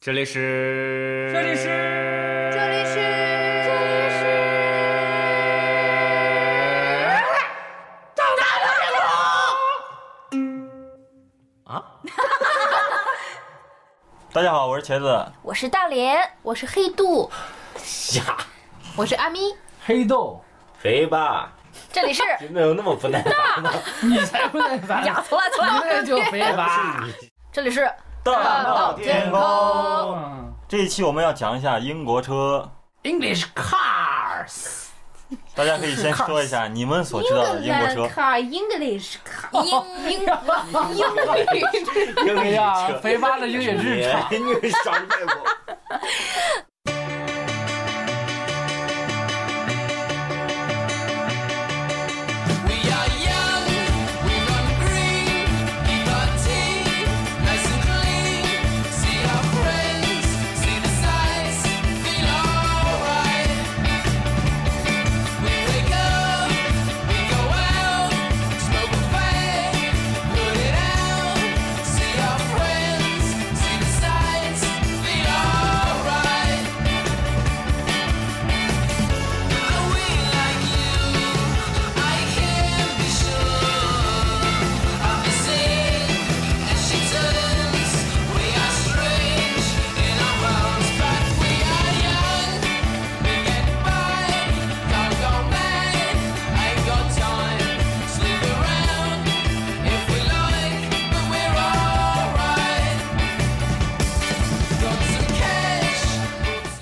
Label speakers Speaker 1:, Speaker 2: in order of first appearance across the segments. Speaker 1: 这里是，
Speaker 2: 这里是，
Speaker 3: 这里是，
Speaker 4: 大家好，我是茄子。
Speaker 3: 我是大脸，我是黑度，
Speaker 5: 呀，
Speaker 3: 我是阿咪，
Speaker 2: 黑豆，
Speaker 5: 谁吧？
Speaker 3: 这里是
Speaker 5: 真的有那么不耐烦吗？
Speaker 2: 你才不耐烦，
Speaker 3: 呀，错了错
Speaker 2: 你
Speaker 3: 了，
Speaker 2: 这就非吧。
Speaker 3: 这里是
Speaker 4: 大
Speaker 3: 闹天宫
Speaker 2: 嗯
Speaker 4: 这一期我们要讲一下英国车，
Speaker 2: English cars，
Speaker 4: 大家可以先说一 下你们所知道的英国车。
Speaker 6: car English car，
Speaker 3: 英英
Speaker 5: 英
Speaker 2: 哎
Speaker 5: 语
Speaker 2: 呀，
Speaker 5: 车，
Speaker 2: 肥八的英语日常。
Speaker 5: 你你伤害我。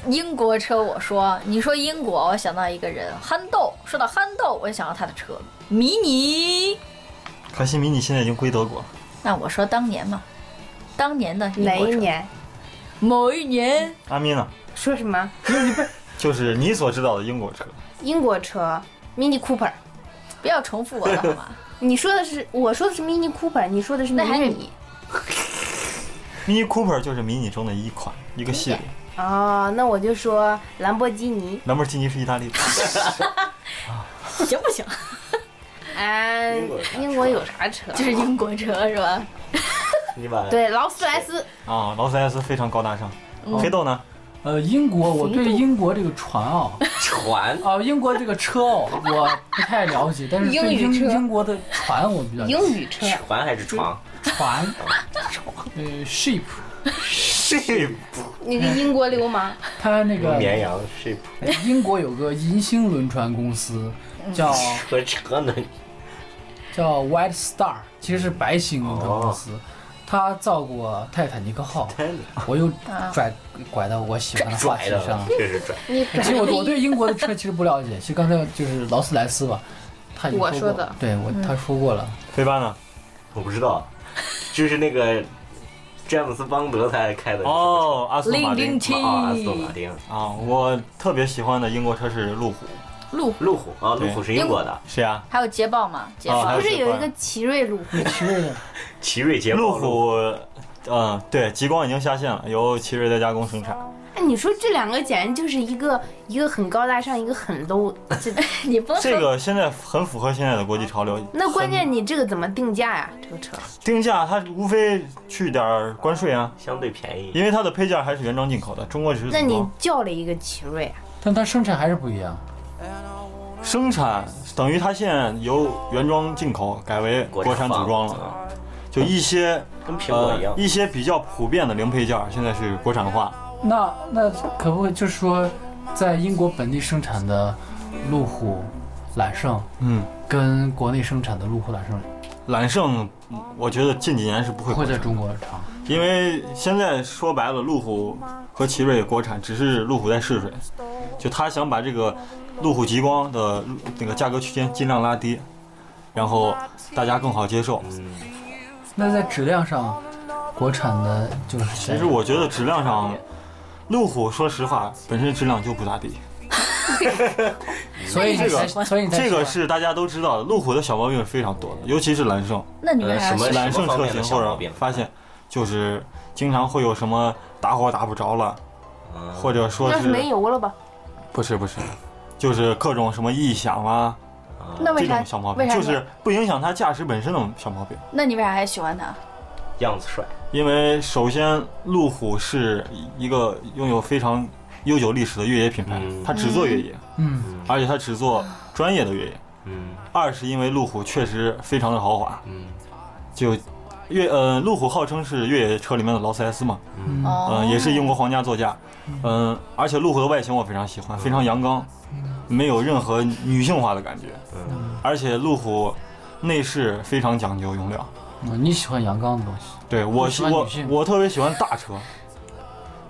Speaker 3: 英国车，我说，你说英国，我想到一个人，憨豆。说到憨豆，我就想到他的车，迷你。
Speaker 4: 可惜迷你现在已经归德国了。
Speaker 3: 那我说当年嘛，当年的英
Speaker 6: 哪
Speaker 3: 国
Speaker 6: 一
Speaker 3: 车？
Speaker 6: 年？
Speaker 3: 某一年，
Speaker 4: 阿咪呢？
Speaker 6: 说什么？
Speaker 4: 就是你所知道的英国车。
Speaker 6: 英国车，Mini Cooper。
Speaker 3: 不要重复我了好吗？
Speaker 6: 你说的是，我说的是 Mini Cooper，你说的是迷
Speaker 3: 那还是
Speaker 6: 你。
Speaker 4: Mini Cooper 就是迷你中的一款，一个系列。
Speaker 6: 哦，那我就说兰博基尼。
Speaker 4: 兰博基尼是意大利 的。
Speaker 3: 行不行？
Speaker 6: 嗯，
Speaker 5: 英国有啥车
Speaker 6: 英国有啥车？
Speaker 3: 就是英国车是吧？
Speaker 5: 你把
Speaker 6: 对，劳斯莱斯。
Speaker 4: 啊，劳斯莱斯非常高大上。
Speaker 3: 嗯
Speaker 4: 黑豆呢？
Speaker 2: 呃，英国，我对英国这个船啊，
Speaker 5: 船
Speaker 2: 啊，英国这个车哦，我不太了解，但是对
Speaker 6: 英
Speaker 2: 英
Speaker 6: 语车
Speaker 2: 英国的船我比较了解
Speaker 6: 英语车。
Speaker 5: 船还是床？
Speaker 2: 船，呃，ship，
Speaker 5: 是
Speaker 6: 那个英国流 氓。
Speaker 2: 它那个
Speaker 5: 绵羊是
Speaker 2: 英国有个银星轮船公司，叫
Speaker 5: 车车呢？
Speaker 2: 叫 White Star，其实是白星轮船公司，它造过泰坦尼克号。
Speaker 5: 真哎的
Speaker 2: 我又拽拐到我喜欢的话
Speaker 5: 拽
Speaker 2: 题
Speaker 5: 的
Speaker 2: 上了，。
Speaker 5: 这是拽。
Speaker 6: 你
Speaker 2: 其实我我对英国的车其实不了解，其实刚才就是劳斯莱斯吧，他已经
Speaker 6: 我
Speaker 2: 说
Speaker 6: 说
Speaker 2: 过
Speaker 6: 的
Speaker 2: 对我他说过了，
Speaker 4: 飞巴呢？
Speaker 5: 我不知道，就是那个詹姆斯邦德才开的。
Speaker 4: 哦，阿斯顿马丁
Speaker 3: 零零。七
Speaker 5: 啊，阿斯顿马丁，
Speaker 4: 啊，我特别喜欢的英国车是路虎。
Speaker 3: 路
Speaker 5: 路虎啊，路虎是英国的，
Speaker 4: 是呀。
Speaker 3: 还有捷豹嘛，捷
Speaker 4: 啊
Speaker 3: 豹
Speaker 4: 还
Speaker 6: 不是哦有一个奇瑞 路虎？
Speaker 2: 奇瑞的
Speaker 5: 奇瑞捷豹
Speaker 4: 路虎，嗯，对，极光已经下线了，由奇瑞代加工生产。
Speaker 6: 哎，你说这两个简直就是一个一个很高大上，一个很 low。这
Speaker 3: 你不能说
Speaker 4: 这个现在很符合现在的国际潮流。
Speaker 6: 那关键你这个怎么定价呀？这个车
Speaker 4: 定价它无非去点儿关税啊，
Speaker 5: 相对便宜。
Speaker 4: 因为它的配件还是原装进口的，中国只是
Speaker 6: 那
Speaker 4: 组
Speaker 6: 你
Speaker 4: 装。
Speaker 6: 叫了一个奇瑞啊？
Speaker 2: 但它生产还是不一样。
Speaker 4: 生产等于它现在由原装进口改为国产组装了，
Speaker 5: 了，
Speaker 6: 啊
Speaker 4: 就一些
Speaker 5: 跟苹果一
Speaker 4: 呃
Speaker 5: 样。
Speaker 4: 一些比较普遍的零配件现在是国产化。
Speaker 2: 那那可不可以就是说，在英国本地生产的路虎、揽胜
Speaker 4: 嗯，
Speaker 2: 跟国内生产的路虎、揽胜
Speaker 4: 揽胜我觉得近几年是不会
Speaker 2: 不会
Speaker 4: 国
Speaker 2: 在
Speaker 4: 产，
Speaker 2: 中国厂？
Speaker 4: 因为现在说白了，路虎和奇瑞国产只是路虎在试水，就他想把这个路虎极光的那个价格区间尽量拉低，然后大家更好接受。
Speaker 5: 嗯，
Speaker 2: 那在质量上，国产的就是
Speaker 4: 其实我觉得质量上，路虎说实话本身质量就不咋地，
Speaker 2: 所以你
Speaker 4: 这
Speaker 2: 才
Speaker 4: 个
Speaker 2: 所以你才
Speaker 4: 这个
Speaker 2: 说
Speaker 4: 是大家都知道的。路虎的小毛病是非常多的，尤其是揽胜，
Speaker 3: 那你为
Speaker 5: 呃，
Speaker 3: 啥
Speaker 5: 什么
Speaker 4: 揽
Speaker 5: 什
Speaker 4: 胜
Speaker 5: 么方
Speaker 4: 车
Speaker 5: 面
Speaker 4: 型
Speaker 5: 的
Speaker 4: 后
Speaker 5: 小毛
Speaker 4: 来
Speaker 5: 病？
Speaker 4: 发现就是经常会有什么打火打不着了，
Speaker 5: 嗯
Speaker 4: 或者说
Speaker 6: 要是没
Speaker 4: 是
Speaker 6: 油了吧？
Speaker 4: 不是不是，就是各种什么异响啊
Speaker 3: 那为
Speaker 4: 这
Speaker 3: 啥
Speaker 4: 种小毛
Speaker 3: 为
Speaker 4: 病，
Speaker 3: 啥
Speaker 4: 就
Speaker 3: 你
Speaker 4: 是不影响它驾驶本身的小毛病。
Speaker 3: 那你为啥还喜欢他？
Speaker 5: 样子帅，
Speaker 4: 因为首先路虎是一个拥有非常悠久历史的越野品牌
Speaker 5: 嗯，
Speaker 4: 它只做越野，
Speaker 2: 嗯
Speaker 4: 而且它只做专业的越野。
Speaker 5: 嗯
Speaker 4: 二是因为路虎确实非常的豪华，
Speaker 5: 嗯
Speaker 4: 就越呃路虎号称是越野车里面的劳斯莱斯嘛，
Speaker 2: 嗯
Speaker 3: 哦
Speaker 4: 嗯、也是英国皇家座驾，嗯、而且路虎的外形我非常喜
Speaker 5: 嗯
Speaker 4: 欢，非常阳刚，
Speaker 3: 嗯
Speaker 4: 没有任何女性化的感觉，
Speaker 5: 嗯
Speaker 4: 而且路虎内饰非常讲究用料。
Speaker 2: 嗯，你喜欢阳刚的东西，
Speaker 4: 对我
Speaker 2: 喜
Speaker 4: 喜
Speaker 2: 欢
Speaker 4: 我
Speaker 2: 女性
Speaker 4: 我特别喜欢大车，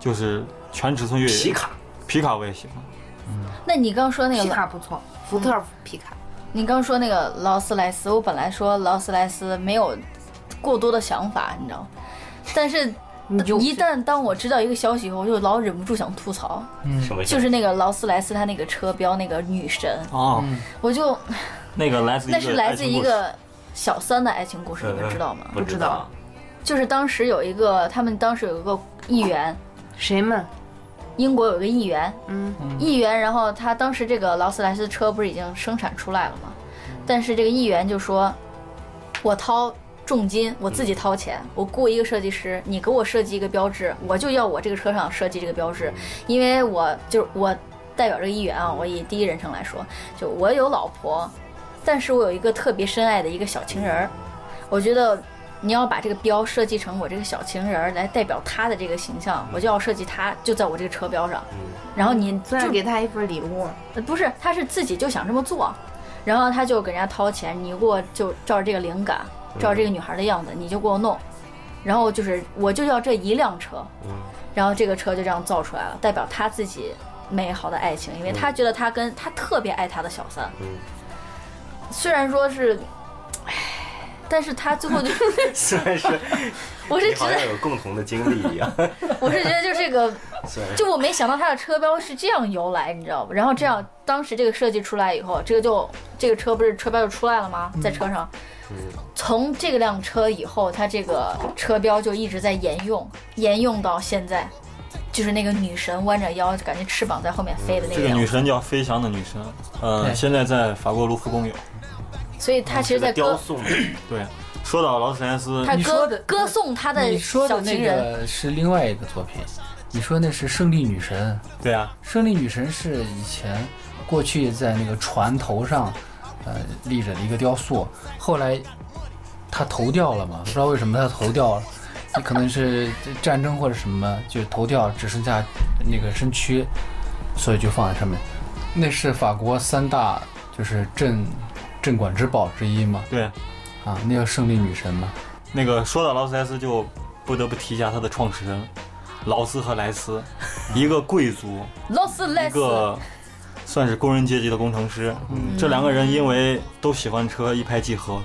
Speaker 4: 就是全尺寸越野
Speaker 5: 皮卡
Speaker 4: 皮卡我也喜欢，
Speaker 3: 那你刚说那个
Speaker 6: 皮卡不错，福
Speaker 3: 嗯
Speaker 6: 特皮卡。
Speaker 3: 你刚说那个劳斯莱斯，我本来说劳斯莱斯没有过多的想法，你知道吗，但是
Speaker 6: 你就
Speaker 3: 一旦当我知道一个消息以后，我就老忍不住想吐槽，
Speaker 5: 什么
Speaker 3: 就是那个劳斯莱斯它那个车标那个女神，
Speaker 4: 哦，
Speaker 3: 我就
Speaker 4: 那个来自一
Speaker 3: 那
Speaker 4: 个
Speaker 3: 是来
Speaker 4: 爱
Speaker 3: 自
Speaker 4: 情
Speaker 3: 一
Speaker 4: 故事嗯
Speaker 3: 个小三的爱情故事，你们知道吗？
Speaker 5: 不
Speaker 6: 知道，
Speaker 3: 就是当时有一个，他们当时有一个议员，
Speaker 6: 谁们？
Speaker 3: 英国有一个议员，
Speaker 6: 嗯，
Speaker 3: 议员，然后他当时这个劳斯莱斯车不是已经生产出来了吗？但是这个议员就说，我掏重金，我自己掏钱，我雇一个设计师，你给我设计一个标志，我就要我这个车上设计这个标志，因为我就是我代表这个议员啊，我以第一人称来说，就我有老婆，但是我有一个特别深爱的一个小情人
Speaker 5: 嗯
Speaker 3: 儿，我觉得。你要把这个标设计成我这个小情人儿来代表他的这个形象，我就要设计他就在我这个车标上，然后你
Speaker 6: 虽
Speaker 3: 就
Speaker 6: 然给他一份礼物，
Speaker 3: 呃不是，他是自己就想这么做，然后他就给人家掏钱，你给我就照着这个灵感，照着这个女孩的样子，你就给我弄，然后就是我就要这一辆车，
Speaker 5: 嗯
Speaker 3: 然后这个车就这样造出来了，代表他自己美好的爱情，因为他觉得他跟他特别爱他的小三，
Speaker 5: 嗯
Speaker 3: 虽然说是，唉，但是他最后就，
Speaker 5: 虽然是
Speaker 3: 我是
Speaker 5: 你
Speaker 3: 觉
Speaker 5: 好
Speaker 3: 得
Speaker 5: 像，有共同的经历一 样，
Speaker 3: 我是觉得就是 这个。
Speaker 5: 虽然
Speaker 3: 就我没想到它的车标是这样由来，你知道吧？然后这
Speaker 4: 嗯
Speaker 3: 样，当时这个设计出来以后，这个就这个车不是车标就出来了吗？
Speaker 4: 嗯
Speaker 3: 在车上，从这辆车以后，它这个车标就一直在沿用，沿用到现在，就是那个女神弯着腰，就感觉翅膀在后面飞的
Speaker 4: 嗯
Speaker 3: 那
Speaker 4: 这
Speaker 3: 个
Speaker 4: 个
Speaker 3: 样
Speaker 4: 女
Speaker 3: 子。
Speaker 4: 神叫飞翔的女神，呃，
Speaker 2: 对
Speaker 4: 现在在法国卢浮宫有。
Speaker 3: 所以
Speaker 4: 啊
Speaker 3: 它其
Speaker 5: 是
Speaker 3: 实
Speaker 5: 个
Speaker 3: 在
Speaker 5: 雕
Speaker 3: 歌，
Speaker 5: 塑嘛，
Speaker 4: 对，说到劳斯莱斯，
Speaker 3: 它
Speaker 2: 你说
Speaker 3: 歌
Speaker 2: 的
Speaker 3: 歌颂他的
Speaker 2: 你说的
Speaker 3: 小
Speaker 2: 那
Speaker 3: 情人。
Speaker 2: 个是另外一个作品，你说那是胜利女神，
Speaker 4: 对啊，
Speaker 2: 胜利女神是以前过去在那个船头上，呃，立着的一个雕塑。后来她投掉了嘛，不知道为什么她投掉了，也可能是战争或者什么，就投掉，只剩下那个身躯，所以就放在上面。那是法国三大就是镇镇馆之宝之一嘛，
Speaker 4: 对，
Speaker 2: 啊，那叫胜利女神嘛。
Speaker 4: 那个说到劳斯莱斯，就不得不提一下它的创始人劳斯和莱斯，一个贵族，
Speaker 3: 劳斯莱
Speaker 4: 一
Speaker 3: 斯，
Speaker 4: 个算是工人阶级的工程师。嗯这两个人因为都喜欢车，一拍即合。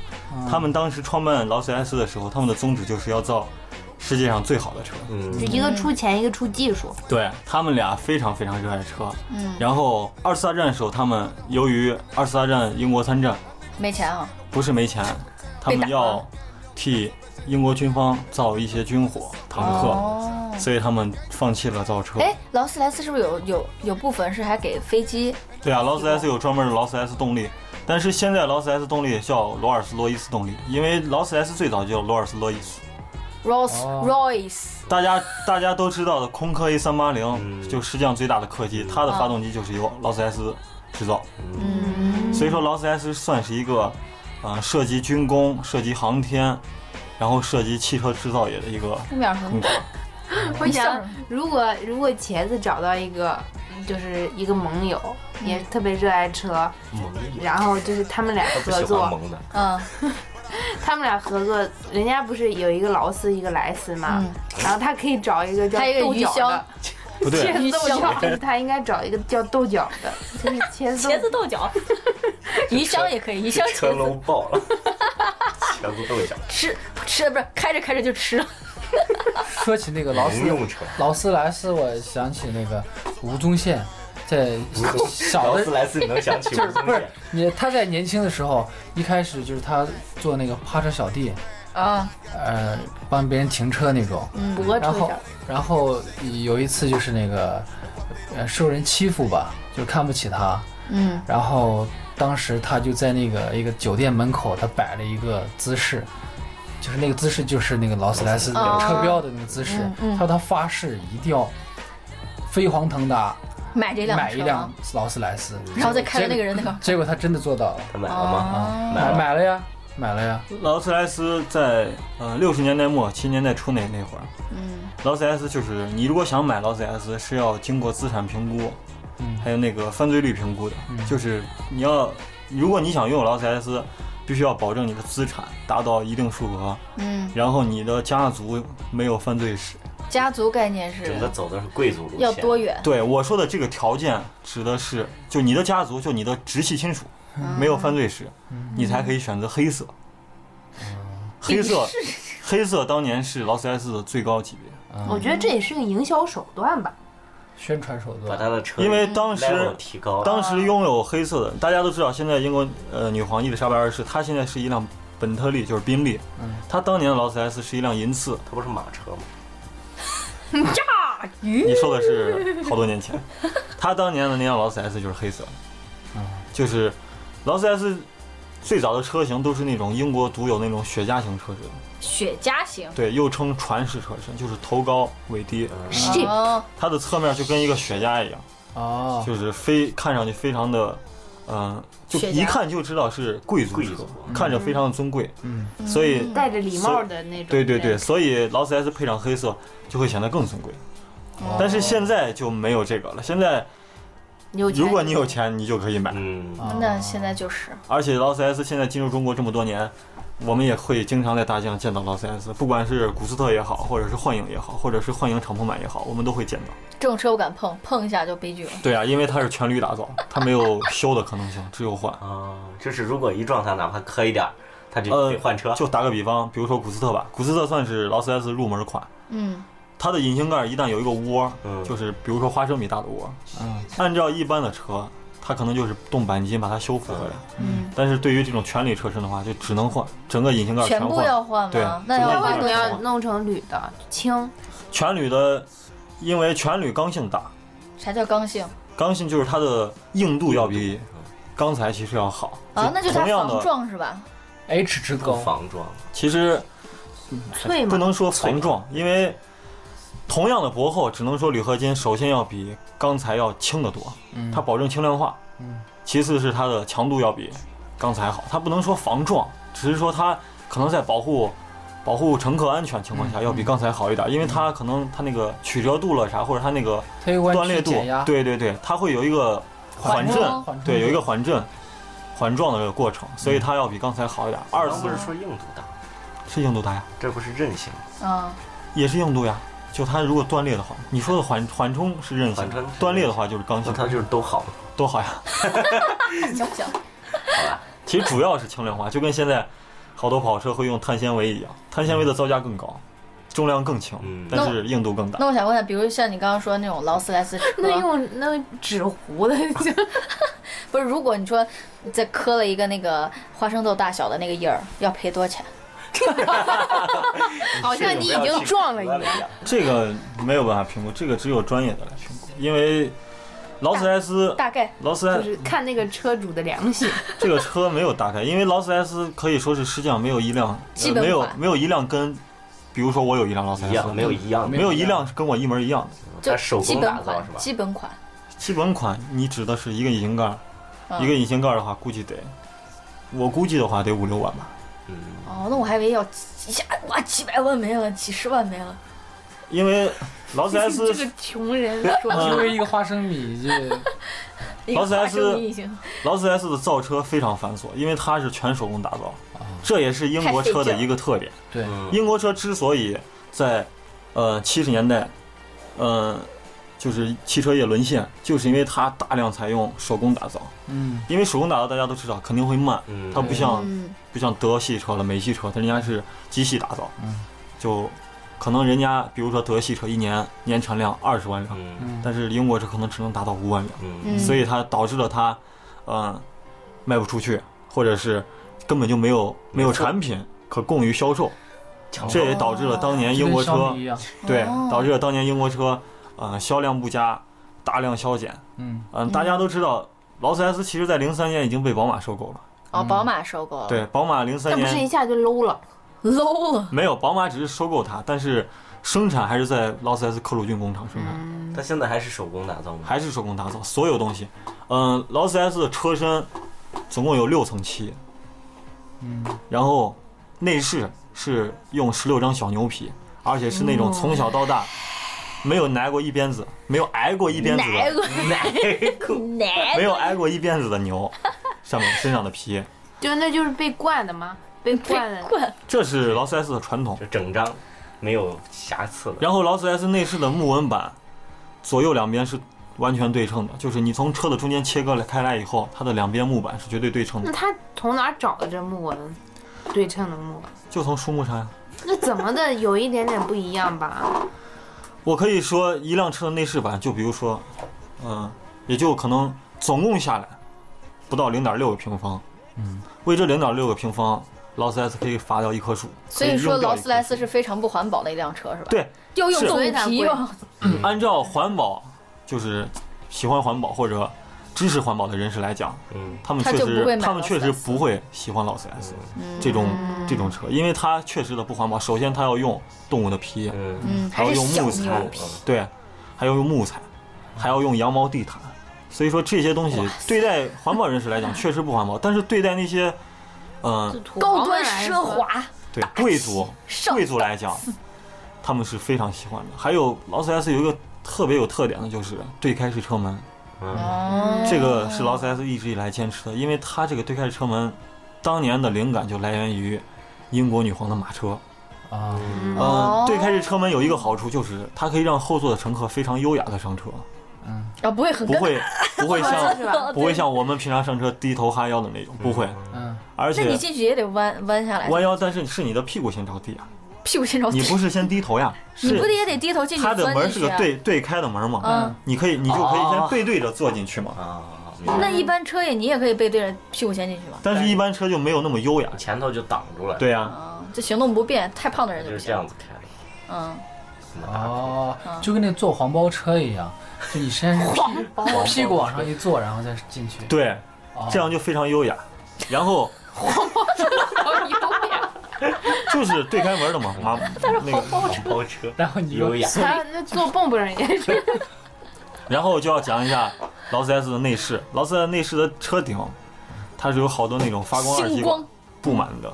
Speaker 4: 他们当时创办劳斯莱斯的时候，他们的宗旨就是要造世界上最好的车。
Speaker 5: 嗯
Speaker 6: 就一个出钱，一个出技术。
Speaker 4: 对他们俩非常非常热爱车。
Speaker 3: 嗯
Speaker 4: 然后二次大战的时候，他们由于二次大战英国参战，
Speaker 3: 没钱啊，
Speaker 4: 不是没钱，他
Speaker 3: 被
Speaker 4: 们
Speaker 3: 打
Speaker 4: 要
Speaker 3: 了
Speaker 4: 替英国军方造一些军火、坦克，
Speaker 3: 哦
Speaker 4: 所以他们放弃了造车。
Speaker 3: 哎，劳斯莱斯是不是有有有部分是还给飞机？
Speaker 4: 对啊，劳斯莱斯有专门的劳斯莱斯动力，但是现在劳斯莱斯动力叫罗尔斯罗伊斯动力，因为劳斯莱斯最早就叫罗尔斯罗伊斯。
Speaker 3: Rolls
Speaker 2: 哦
Speaker 3: Royce，
Speaker 4: 大家大家都知道的空客 A 三八零，
Speaker 5: 嗯
Speaker 4: 就世界上最大的客机，它的发动机就是由劳斯莱斯制造。
Speaker 3: 嗯，
Speaker 4: 所以说劳斯莱斯算是一个，呃，涉及军工、涉及航天，然后涉及汽车制造业的一个
Speaker 3: 后面什
Speaker 4: 工
Speaker 3: 么？
Speaker 4: 厂。
Speaker 6: 我
Speaker 3: 你笑
Speaker 6: 想
Speaker 3: 什么，
Speaker 6: 如果如果茄子找到一个，就是一个盟友，也特别热爱车，
Speaker 5: 萌一点，
Speaker 6: 然后就是他们俩
Speaker 5: 他不喜
Speaker 6: 合
Speaker 5: 欢
Speaker 6: 作，
Speaker 5: 萌 的，
Speaker 3: 嗯，
Speaker 6: 他们俩合作，人家不是有一个劳斯，一个莱斯嘛
Speaker 3: 嗯，
Speaker 6: 然后他可以找一个叫
Speaker 3: 还有一个
Speaker 6: 豆
Speaker 3: 鱼
Speaker 6: 角
Speaker 3: 香
Speaker 6: 的，
Speaker 4: 不对，
Speaker 6: 茄
Speaker 3: 鱼
Speaker 6: 子豆
Speaker 3: 香
Speaker 6: 角，就是他应该找一个叫豆角的，就是 茄子 豆
Speaker 3: 茄子豆角，鱼香也可以，鱼香
Speaker 5: 车
Speaker 3: 茄子
Speaker 5: 笼爆了， 全部都讲
Speaker 3: 吃吃不是开着开着就吃了，
Speaker 2: 说起那个劳斯
Speaker 5: 民 用车，
Speaker 2: 劳斯莱斯，我想起那个吴宗宪，在小
Speaker 5: 劳
Speaker 2: 的
Speaker 5: 斯莱斯你能想起吴宗
Speaker 2: 不是
Speaker 5: 宪？
Speaker 2: 你，他在年轻的时候，一开始就是他做那个趴车小弟，
Speaker 3: 啊，嗯
Speaker 2: 呃，帮别人停车那种。
Speaker 6: 脖
Speaker 2: 然
Speaker 6: 子
Speaker 2: 后
Speaker 6: 角，，
Speaker 2: 然后有一次就是那个，呃，受人欺负吧，就是看不起他。
Speaker 3: 嗯，
Speaker 2: 然后当时他就在那个一个酒店门口，他摆了一个姿势，就是那个姿势，就是那个劳斯莱斯
Speaker 3: 哦
Speaker 2: 车标的那个姿势。
Speaker 3: 嗯嗯
Speaker 2: 他说他发誓一定要飞黄腾达，
Speaker 3: 买这辆
Speaker 2: 买
Speaker 3: 车
Speaker 2: 一辆劳斯莱斯，
Speaker 3: 然后再开到那个人那个
Speaker 2: 结果他真的做到了，
Speaker 5: 他买了吗？
Speaker 3: 哦
Speaker 5: 买
Speaker 2: 买
Speaker 5: 了
Speaker 2: 买了呀，买了呀。
Speaker 4: 劳斯莱斯在呃六十年代末七十年代初那那会儿，
Speaker 3: 嗯
Speaker 4: 劳斯莱斯就是你如果想买劳斯莱斯，是要经过资产评估，
Speaker 2: 嗯
Speaker 4: 还有那个犯罪率评估的，
Speaker 2: 嗯
Speaker 4: 就是你要如果你想拥有劳斯莱斯，必须要保证你的资产达到一定数额，
Speaker 3: 嗯，
Speaker 4: 然后你的家族没有犯罪史。
Speaker 3: 家族概念
Speaker 5: 整
Speaker 3: 是
Speaker 5: 个走的是贵族路线，
Speaker 3: 要多远？
Speaker 4: 对我说的这个条件指的是，就你的家族，就你的直系亲属没有犯罪史，
Speaker 2: 嗯
Speaker 4: 你才可以选择黑色。黑色，黑色当年是劳斯莱斯的最高级别，
Speaker 6: 我觉得这也是个营销手段吧。
Speaker 2: 宣传手
Speaker 5: 把
Speaker 2: 段，
Speaker 5: 他的车
Speaker 4: 因为当时
Speaker 5: level 提高了，
Speaker 4: 当时拥有黑色的，大家都知道，现在英国呃女皇伊丽莎白二世，她现在是一辆本特利，就是宾利
Speaker 2: 嗯。
Speaker 4: 她当年的劳斯莱斯是一辆银刺，
Speaker 5: 他不是马车吗？
Speaker 4: 你说的是好多年前。她当年的那辆劳斯莱斯就是黑色的
Speaker 2: 嗯，
Speaker 4: 就是劳斯莱斯最早的车型都是那种英国独有那种雪茄型车身，
Speaker 3: 雪茄型，
Speaker 4: 对，又称船式车身，就是头高尾低，
Speaker 2: 嗯
Speaker 6: Ship
Speaker 3: 哦，
Speaker 4: 它的侧面就跟一个雪茄一样，
Speaker 2: 哦，
Speaker 4: 就是非看上去非常的，嗯、就
Speaker 3: 雪茄
Speaker 4: 一看就知道是贵族
Speaker 5: 贵
Speaker 4: 车
Speaker 5: 族，
Speaker 4: 看着非常的尊贵，
Speaker 2: 嗯，
Speaker 4: 所以
Speaker 6: 戴着礼帽的那种。
Speaker 4: 对对对，，所以劳斯莱斯配上黑色就会显得更尊贵。但是现在就没有这个了。现在
Speaker 6: 有钱
Speaker 4: 如果你有，钱，你就可以买。
Speaker 5: 嗯，
Speaker 2: 哦
Speaker 3: 那现在就是
Speaker 4: 而且劳斯莱斯现在进入中国这么多年，我们也会经常在大街上见到劳斯莱斯，不管是古斯特也好，或者是幻影也好，或者是幻影敞篷版也好，我们都会见到。
Speaker 3: 这种车不敢碰，碰一下就悲剧了。
Speaker 4: 对啊，因为它是全铝打造，它没有 修的可能性，只有换。
Speaker 5: 啊，就是如果一撞他，哪怕磕一点儿，他就
Speaker 4: 呃
Speaker 5: 得换车，
Speaker 4: 就打个比方，比如说古斯特吧，古斯特算是劳斯莱斯入门款，
Speaker 3: 嗯，
Speaker 4: 它的引擎盖一旦有一个窝，
Speaker 5: 嗯
Speaker 4: 就是比如说花生米大的窝，
Speaker 2: 嗯，
Speaker 4: 按照一般的车，它可能就是动钣金把它修复回来。
Speaker 3: 嗯，
Speaker 4: 但是对于这种全铝车身的话，就只能换整个引擎盖
Speaker 3: 全部
Speaker 4: 换。
Speaker 3: 要换
Speaker 4: 对
Speaker 3: 吗
Speaker 4: 啊？
Speaker 3: 那要
Speaker 6: 那为
Speaker 3: 换
Speaker 6: 什
Speaker 3: 多
Speaker 6: 么
Speaker 3: 久？
Speaker 6: 要弄成铝的轻？
Speaker 4: 全铝的，因为全铝刚性大，
Speaker 3: 啥叫刚性
Speaker 4: 刚性就是它的硬度要比钢材其实要好
Speaker 3: 啊？那就它
Speaker 4: 同样
Speaker 3: 防
Speaker 4: 的，
Speaker 3: 撞是吧？
Speaker 2: ，H 值
Speaker 5: 不
Speaker 2: 高，
Speaker 5: 防撞，
Speaker 4: 其实
Speaker 6: 脆
Speaker 4: 不
Speaker 6: 嘛，
Speaker 4: 能说防撞，因为同样的薄厚，只能说铝合金首先要比钢材要轻得多，
Speaker 2: 嗯
Speaker 4: 它保证轻量化。
Speaker 2: 嗯，
Speaker 4: 其次是它的强度要比钢材好，它不能说防撞，只是说它可能在保护保护乘客安全情
Speaker 2: 嗯
Speaker 4: 况下要比钢材好一点，因为它可能它那个曲折度了啥，或者它那个
Speaker 2: 它有弯
Speaker 4: 断
Speaker 2: 曲
Speaker 4: 裂度
Speaker 2: 减压，，
Speaker 4: 对对对，它会有一个
Speaker 2: 缓
Speaker 4: 缓
Speaker 2: 冲
Speaker 4: 震
Speaker 2: 缓，冲嗯
Speaker 4: 对，有一个缓震。缓撞的这个过程，所以它要比钢材好一点。二
Speaker 5: 刚
Speaker 4: 次
Speaker 5: 不是说硬度大，
Speaker 4: 是硬度大呀，
Speaker 5: 这不是韧性，
Speaker 3: 嗯，
Speaker 4: 也是硬度呀。就它如果断裂的话，你说的缓缓冲是韧性
Speaker 5: 缓冲是，
Speaker 4: 断裂的话就是刚
Speaker 5: 那
Speaker 4: 性，
Speaker 5: 哦它就是都好，
Speaker 4: 多好呀。
Speaker 3: 行不行？
Speaker 4: 其实主要是轻量 化，就跟现在好多跑车会用碳纤维一样，碳纤维的造价更高，重量更轻
Speaker 5: 嗯，
Speaker 4: 但是硬度更大
Speaker 3: 那。我想问下，比如像你刚刚说那种劳斯莱斯车，
Speaker 6: 那用那用纸糊 的就
Speaker 3: 不是，如果你说你再磕了一个那个花生豆大小的那个印儿，要赔多少钱？
Speaker 6: 好像你已经撞了一样。
Speaker 5: 样，
Speaker 4: 这个没有办法评估，这个只有专业的来评估，因为劳斯莱斯。
Speaker 3: 大概
Speaker 4: 劳斯莱
Speaker 6: 就是看那个车主的良心，
Speaker 4: 这个车没有打开，因为劳斯莱斯可以说是世界上没有一辆，
Speaker 3: 基
Speaker 4: 呃、
Speaker 3: 本
Speaker 4: 没有
Speaker 3: 款
Speaker 4: 没有一辆跟，比如说我有一辆劳斯莱
Speaker 5: 一
Speaker 4: 斯，
Speaker 5: 样没有一样的，
Speaker 4: 没有一辆跟我一模一样的。
Speaker 3: 就
Speaker 5: 它手
Speaker 3: 基
Speaker 5: 工
Speaker 3: 本
Speaker 5: 打造是
Speaker 3: 款，
Speaker 5: 吧？
Speaker 3: 基本款，
Speaker 4: 基本款你指的是一个引擎盖儿，
Speaker 3: 嗯
Speaker 4: 一个引擎盖儿的话，估计得，我估计的话得五六万吧，
Speaker 5: 嗯，
Speaker 3: 哦，那我还以为要几下哇，几百万没了，几十万没了，
Speaker 4: 因为劳 斯莱斯
Speaker 6: 这个穷人说
Speaker 2: 因
Speaker 4: 嗯
Speaker 2: 为一个花生米就
Speaker 3: 一个
Speaker 4: 劳斯莱
Speaker 3: 花生
Speaker 4: 斯
Speaker 3: 米已经
Speaker 4: 劳斯莱斯的造车非常繁琐，因为它是全手工打造，这也是英国车的一个特点。
Speaker 2: 啊对，
Speaker 5: 嗯
Speaker 4: 英国车之所以在呃七十年代，呃，就是汽车业沦陷，就是因为它大量采用手工打造，
Speaker 2: 嗯，
Speaker 4: 因为手工打造大家都知道肯定会慢，
Speaker 5: 嗯，
Speaker 4: 它不像
Speaker 3: 嗯
Speaker 4: 不像德系车了、美系车，它人家是机器打造，
Speaker 2: 嗯
Speaker 4: 就可能人家比如说德系车一年年产量二十万辆，
Speaker 5: 嗯
Speaker 2: 嗯，
Speaker 4: 但是英国车可能只能达到五万辆，
Speaker 5: 嗯
Speaker 3: 嗯，
Speaker 4: 所以它导致了它，嗯、卖不出去，或者是根本就没有没有产品可供于销售，这也导致了当年英国
Speaker 2: 就跟小
Speaker 4: 车
Speaker 2: 米一样，
Speaker 4: 对
Speaker 3: 哦
Speaker 4: 导致了当年英国车，呃，销量不佳，大量削减，
Speaker 2: 嗯，
Speaker 4: 嗯、大家都知道。劳斯莱斯其实，在零三年已经被宝马收购了。
Speaker 3: 哦，宝马收购了，
Speaker 4: 对，宝马零三
Speaker 6: 那不是一
Speaker 4: 年，
Speaker 6: 下就 low 了，
Speaker 3: low 了。
Speaker 4: 没有，宝马只是收购它，但是生产还是在劳斯莱斯克鲁郡工厂生产，
Speaker 5: 它现在还是手工打造吗？
Speaker 4: 还是手工打造，所有东西。嗯，劳斯莱斯的车身总共有六层漆，
Speaker 2: 嗯，
Speaker 4: 然后内饰是用十六张小牛皮，而且是那种从小到大没有挨过一鞭子，没有挨过一鞭子
Speaker 3: 奶
Speaker 4: 的，
Speaker 3: 过
Speaker 5: 奶狗
Speaker 3: 奶
Speaker 4: 没有挨过一鞭子的牛，上面身上的皮，
Speaker 6: 就那就是被惯的吗？被惯的，
Speaker 3: 棍，
Speaker 4: 这是劳斯莱斯的传统。
Speaker 5: 就整张没有瑕疵的。
Speaker 4: 然后劳斯莱斯内饰的木纹板，左右两边是完全对称的，就是你从车的中间切割了开来以后，它的两边木板是绝对对称
Speaker 6: 那
Speaker 4: 的，
Speaker 6: 他从哪儿找的这木纹？对称的木纹，
Speaker 4: 就从树木上。
Speaker 6: 那怎么的有一点点不一样吧？
Speaker 4: 我可以说一辆车的内饰版，就比如说，嗯，也就可能总共下来不到零点六个平方，
Speaker 2: 嗯，
Speaker 4: 为这零点六个平方，劳斯莱斯可以伐掉一棵树，
Speaker 3: 所以
Speaker 4: 可
Speaker 3: 说
Speaker 4: 扔掉一
Speaker 3: 劳
Speaker 4: 棵
Speaker 3: 斯莱斯
Speaker 4: 树
Speaker 3: 是非常不环保的一辆车，是吧？
Speaker 4: 对，
Speaker 3: 要用
Speaker 4: 是
Speaker 3: 动物
Speaker 6: 所
Speaker 3: 皮
Speaker 6: 以它
Speaker 3: 吗？
Speaker 4: 按照环保就是喜欢环保或者支持环保的人士来讲，
Speaker 5: 嗯，
Speaker 4: 他们
Speaker 3: 他
Speaker 4: 确
Speaker 3: 就不会
Speaker 4: 实
Speaker 3: 买
Speaker 4: 他们确实
Speaker 3: Rolls-Royce
Speaker 4: 不会喜欢劳斯莱斯。
Speaker 3: 嗯
Speaker 4: 这种这种车，因为它确实的不环保。首先，它要用动物的皮，
Speaker 5: 嗯，
Speaker 3: 嗯，
Speaker 4: 还
Speaker 3: 还
Speaker 4: 要
Speaker 3: 是
Speaker 4: 用
Speaker 3: 小
Speaker 4: 木材
Speaker 3: 牛皮。，
Speaker 4: 对，啊还要用木材，还要用羊毛地毯。所以说这些东西对待环保人士来讲确实不环保，但是对待那些，嗯、
Speaker 3: 高端奢，华，
Speaker 4: 对贵族
Speaker 3: 上
Speaker 4: 贵族来讲，他们是非常喜欢的。还有劳斯莱斯有一个特别有特点的就是对开式车门，
Speaker 5: 嗯
Speaker 3: 哦
Speaker 4: 这个是劳斯莱斯一直以来坚持的，因为它这个对开式车门，当年的灵感就来源于英国女皇的马车。
Speaker 2: 啊，
Speaker 3: 哦
Speaker 4: 呃，对开式车门有一个好处，就是它可以让后座的乘客非常优雅的上车，
Speaker 2: 嗯，
Speaker 3: 啊不会很
Speaker 4: 不会不会像
Speaker 6: 是
Speaker 3: 哦
Speaker 6: 吧？
Speaker 4: 不会像我们平常上车低头哈腰的那种，不会。
Speaker 2: 嗯，
Speaker 4: 而
Speaker 3: 那你
Speaker 4: 且
Speaker 3: 进去也得弯弯下来，
Speaker 4: 弯腰，但是是你的屁股先着地啊，
Speaker 3: 屁股先着地
Speaker 4: 你，不是先低头呀，
Speaker 3: 哦 你不得
Speaker 4: 是
Speaker 3: 也得低头进去
Speaker 4: 它
Speaker 3: 钻进去啊？
Speaker 4: 的门是个对对开的门嘛，
Speaker 3: 嗯，
Speaker 4: 你可以你就可以
Speaker 2: 哦
Speaker 4: 先背对着坐进去嘛。
Speaker 5: 啊，明白
Speaker 3: 那一般车也你也可以背对着屁股先进去嘛。
Speaker 4: 但是，一般车就没有那么优雅。
Speaker 5: 前头就挡住了，，
Speaker 4: 对呀，
Speaker 3: 嗯，这行动不便，太胖的人就
Speaker 5: 就
Speaker 3: 不
Speaker 5: 是这
Speaker 3: 行。
Speaker 5: 样子开的。
Speaker 3: 嗯，
Speaker 2: 哦，就跟那坐黄包车一样，就你 先是屁屁股往上一坐，然后再进去，
Speaker 4: 对，
Speaker 2: 哦
Speaker 4: 这样就非常优雅。然后 就是对开门的嘛， 马那个
Speaker 5: 包车
Speaker 2: 然后你又
Speaker 5: 优雅，
Speaker 6: 他那坐蹦蹦也是，
Speaker 4: 然后就要讲一下劳斯莱斯的内饰，劳斯莱斯内饰的车顶，它是有好多那种发光二
Speaker 3: 星
Speaker 4: 极管
Speaker 3: 光，
Speaker 4: 布满的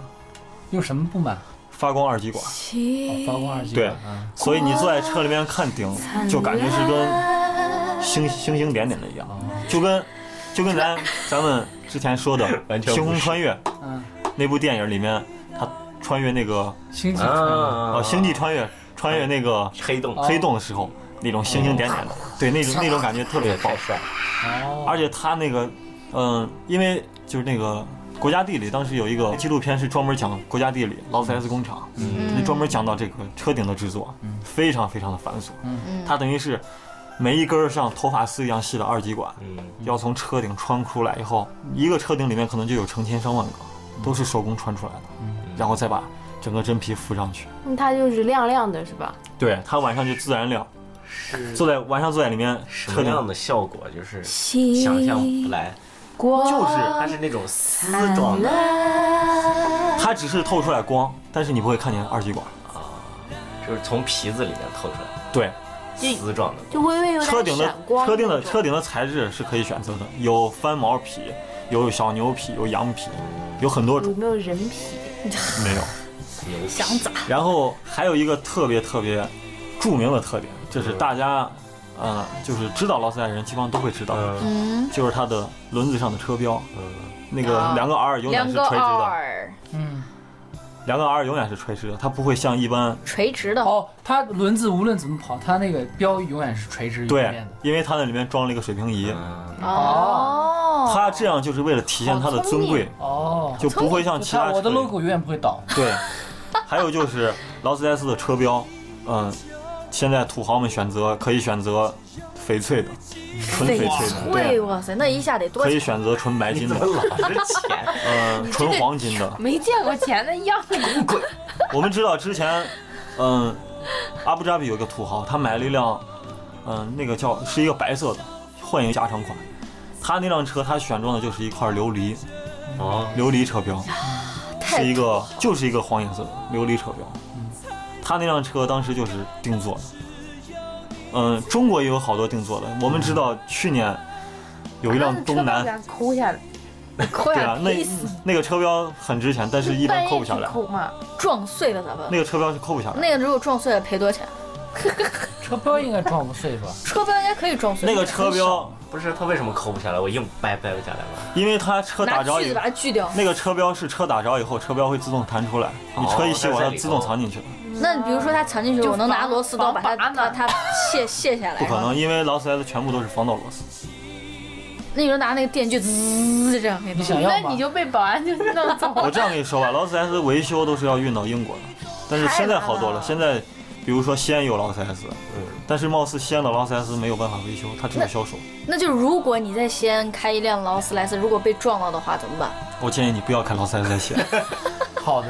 Speaker 2: 用什么不满？
Speaker 4: 发光二极管，
Speaker 3: 哎
Speaker 2: 哦发光二极
Speaker 4: 对
Speaker 2: 管，嗯
Speaker 4: 所以你坐在车里面看顶，就感觉是跟星星星点点的一样，就跟就跟咱咱们之前说的
Speaker 5: 完
Speaker 4: 《
Speaker 5: 全
Speaker 4: 星
Speaker 5: 无
Speaker 4: 空
Speaker 5: 视
Speaker 4: 穿越》
Speaker 2: 嗯，
Speaker 4: 那部电影里面，他穿越那个
Speaker 2: 星际穿越
Speaker 5: 啊
Speaker 4: 呃星际穿越穿越那个
Speaker 5: 黑洞，
Speaker 4: 黑洞的时候，那种星星点点的，对那种那种感觉特别棒
Speaker 5: 太。帅了，
Speaker 4: 啊
Speaker 2: 哦，
Speaker 4: 而且他那个，嗯，因为就是那个国家地理，当时有一个纪录片是专门讲国家地理劳斯莱斯工厂，
Speaker 5: 嗯
Speaker 4: 那专门讲到这个车顶的制作，非常非常的繁琐。
Speaker 3: 嗯
Speaker 4: 它等于是每一根儿像头发丝一样细的二极管，
Speaker 5: 嗯，
Speaker 4: 要从车顶穿出来以后，一个车顶里面可能就有成千上万个，
Speaker 5: 嗯
Speaker 4: 都是手工穿出来的，然后再把整个真皮敷上去。
Speaker 6: 他就是亮亮的，是吧？
Speaker 4: 对，它晚上就自然亮，
Speaker 5: 是
Speaker 4: 坐在晚上坐在里面，
Speaker 5: 什
Speaker 4: 车
Speaker 5: 么样
Speaker 4: 顶
Speaker 5: 的效果？就是
Speaker 3: 星
Speaker 5: 想象不来，
Speaker 4: 就
Speaker 6: 光
Speaker 4: 是
Speaker 5: 它是那种丝
Speaker 6: 嗯
Speaker 5: 状的，
Speaker 4: 它只是透出来光，但是你不会看见二极管。
Speaker 5: 就是从皮子里面透出来，
Speaker 4: 对，
Speaker 5: 丝状的，
Speaker 6: 就微微有
Speaker 4: 车
Speaker 6: 点
Speaker 4: 顶的
Speaker 6: 闪光那种。
Speaker 4: 车顶的车顶的材质是可以选择的，有翻毛皮，有小牛皮，有羊皮，有很多
Speaker 6: 有
Speaker 4: 种
Speaker 6: 没有人皮？
Speaker 4: 没有。
Speaker 5: 牛皮
Speaker 3: 想咋？
Speaker 4: 然后还有一个特别特别著名的特点，就是大家，呃，就是知道劳斯莱斯人基本上都会知道，
Speaker 5: 嗯
Speaker 3: 嗯，
Speaker 4: 就是它的轮子上的车标，
Speaker 5: 嗯，
Speaker 4: 那个
Speaker 3: 啊
Speaker 4: 两个 R 永远
Speaker 3: 两
Speaker 4: 是
Speaker 3: 个
Speaker 4: 垂直的，
Speaker 3: 耳
Speaker 2: 嗯，
Speaker 4: 两个 R 永远是垂直的，它不会像一般
Speaker 3: 垂直的，
Speaker 2: 哦，它轮子无论怎么跑，它那个标永远是垂直于地
Speaker 4: 对
Speaker 2: 面的，，
Speaker 4: 因为它那里面装了一个水平仪，
Speaker 5: 嗯
Speaker 3: 哦，
Speaker 4: 它这样就是为了体现它的尊贵，
Speaker 2: 哦，
Speaker 4: 就不会像其他
Speaker 2: 它我的
Speaker 4: 车
Speaker 2: logo 永远不会倒，
Speaker 4: 对，还有就是劳斯莱斯的车标，嗯，现在土豪们选择可以选择翡翠的，纯翡翠的，
Speaker 3: 对，
Speaker 4: 对，
Speaker 3: 哇塞，那一下得多
Speaker 4: 可以选择纯白金
Speaker 5: 怎
Speaker 4: 的
Speaker 5: 么，老是钱？
Speaker 4: 嗯，纯黄金的。
Speaker 6: 没见过钱的样子，
Speaker 4: 我们知道之前，嗯，阿布扎比有一个土豪，他买了一辆，嗯，那个叫是一个白色的幻影加长款，他那辆车他选装的就是一块琉璃，
Speaker 5: 哦，
Speaker 4: 琉璃车标，是一个就是一个黄颜色的琉璃车标，他那辆车当时就是定做的。嗯，中国也有好多定做的，我们知道去年有一
Speaker 6: 嗯
Speaker 4: 辆东南，
Speaker 6: 抠下来，
Speaker 3: 扣
Speaker 4: 对
Speaker 3: 下
Speaker 4: 啊，那
Speaker 3: 逼死，
Speaker 4: 那个车标很值钱，但是一般
Speaker 6: 半
Speaker 4: 抠
Speaker 6: 夜
Speaker 4: 不下来，
Speaker 6: 抠嘛，
Speaker 3: 撞碎了咋办？
Speaker 4: 那个车标是抠不下来，
Speaker 3: 那个如果撞碎了赔多少钱？
Speaker 2: 车标应该撞不碎吧？
Speaker 3: 车标应该可以撞碎。
Speaker 4: 那个车标，
Speaker 5: 不是他为什么抠不下来？我硬掰掰不下来吗？
Speaker 4: 因为它车打
Speaker 3: 拿
Speaker 4: 着
Speaker 3: 锯
Speaker 4: 以
Speaker 3: 子
Speaker 4: 后
Speaker 3: 把，它锯 掉。
Speaker 4: 那个车标是车打着以后，车标会自动弹出来，你
Speaker 5: 哦
Speaker 4: 车一熄火，
Speaker 5: 在
Speaker 4: 它
Speaker 5: 里头
Speaker 4: 自动藏进去了。
Speaker 3: 那比如说它藏进去，
Speaker 6: 就
Speaker 3: 我能拿
Speaker 6: 防
Speaker 3: 螺丝刀把它
Speaker 6: 防拔
Speaker 3: 把
Speaker 6: 呢
Speaker 3: 它卸卸下来。
Speaker 4: 不可能，。因为劳斯莱斯全部都是防盗螺丝。
Speaker 3: 那你就拿那个电锯滋这样给
Speaker 2: 你
Speaker 3: 弄
Speaker 2: 想要
Speaker 6: 那
Speaker 2: 吗
Speaker 6: 你就被保安就弄 走
Speaker 4: 我这样跟你说吧，劳斯莱斯维修都是要运到英国的，但是现在好多了。
Speaker 6: 太
Speaker 4: 现在，比如说西安有劳斯莱斯，但是貌似西安的劳斯莱斯没有办法维修，它只有销售。
Speaker 3: 那就如果你在西安开一辆劳斯莱斯，如果被撞到的话怎么办？
Speaker 4: 我建议你不要开劳斯莱斯在 西安，
Speaker 2: 好的，